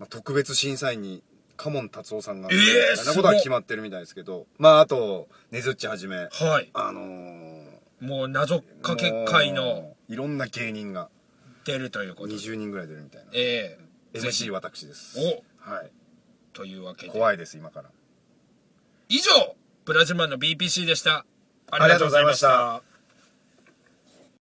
[SPEAKER 1] まあ、特別審査員にカモン達夫さんが、
[SPEAKER 2] えー
[SPEAKER 1] みたいなことは
[SPEAKER 2] すごっ
[SPEAKER 1] 決まってるみたいですけどまああとねずっちはじめ
[SPEAKER 2] はい
[SPEAKER 1] あのー、
[SPEAKER 2] もう謎かけ会の
[SPEAKER 1] もういろんな芸人が
[SPEAKER 2] 出るということで
[SPEAKER 1] 20人ぐらい出るみたいな
[SPEAKER 2] ええぜ
[SPEAKER 1] MC
[SPEAKER 2] ひ
[SPEAKER 1] 私です
[SPEAKER 2] お
[SPEAKER 1] はい
[SPEAKER 2] というわけで
[SPEAKER 1] 怖いです今から
[SPEAKER 2] 以上ブラジルマンの BPC でしたあ
[SPEAKER 1] りがとうございました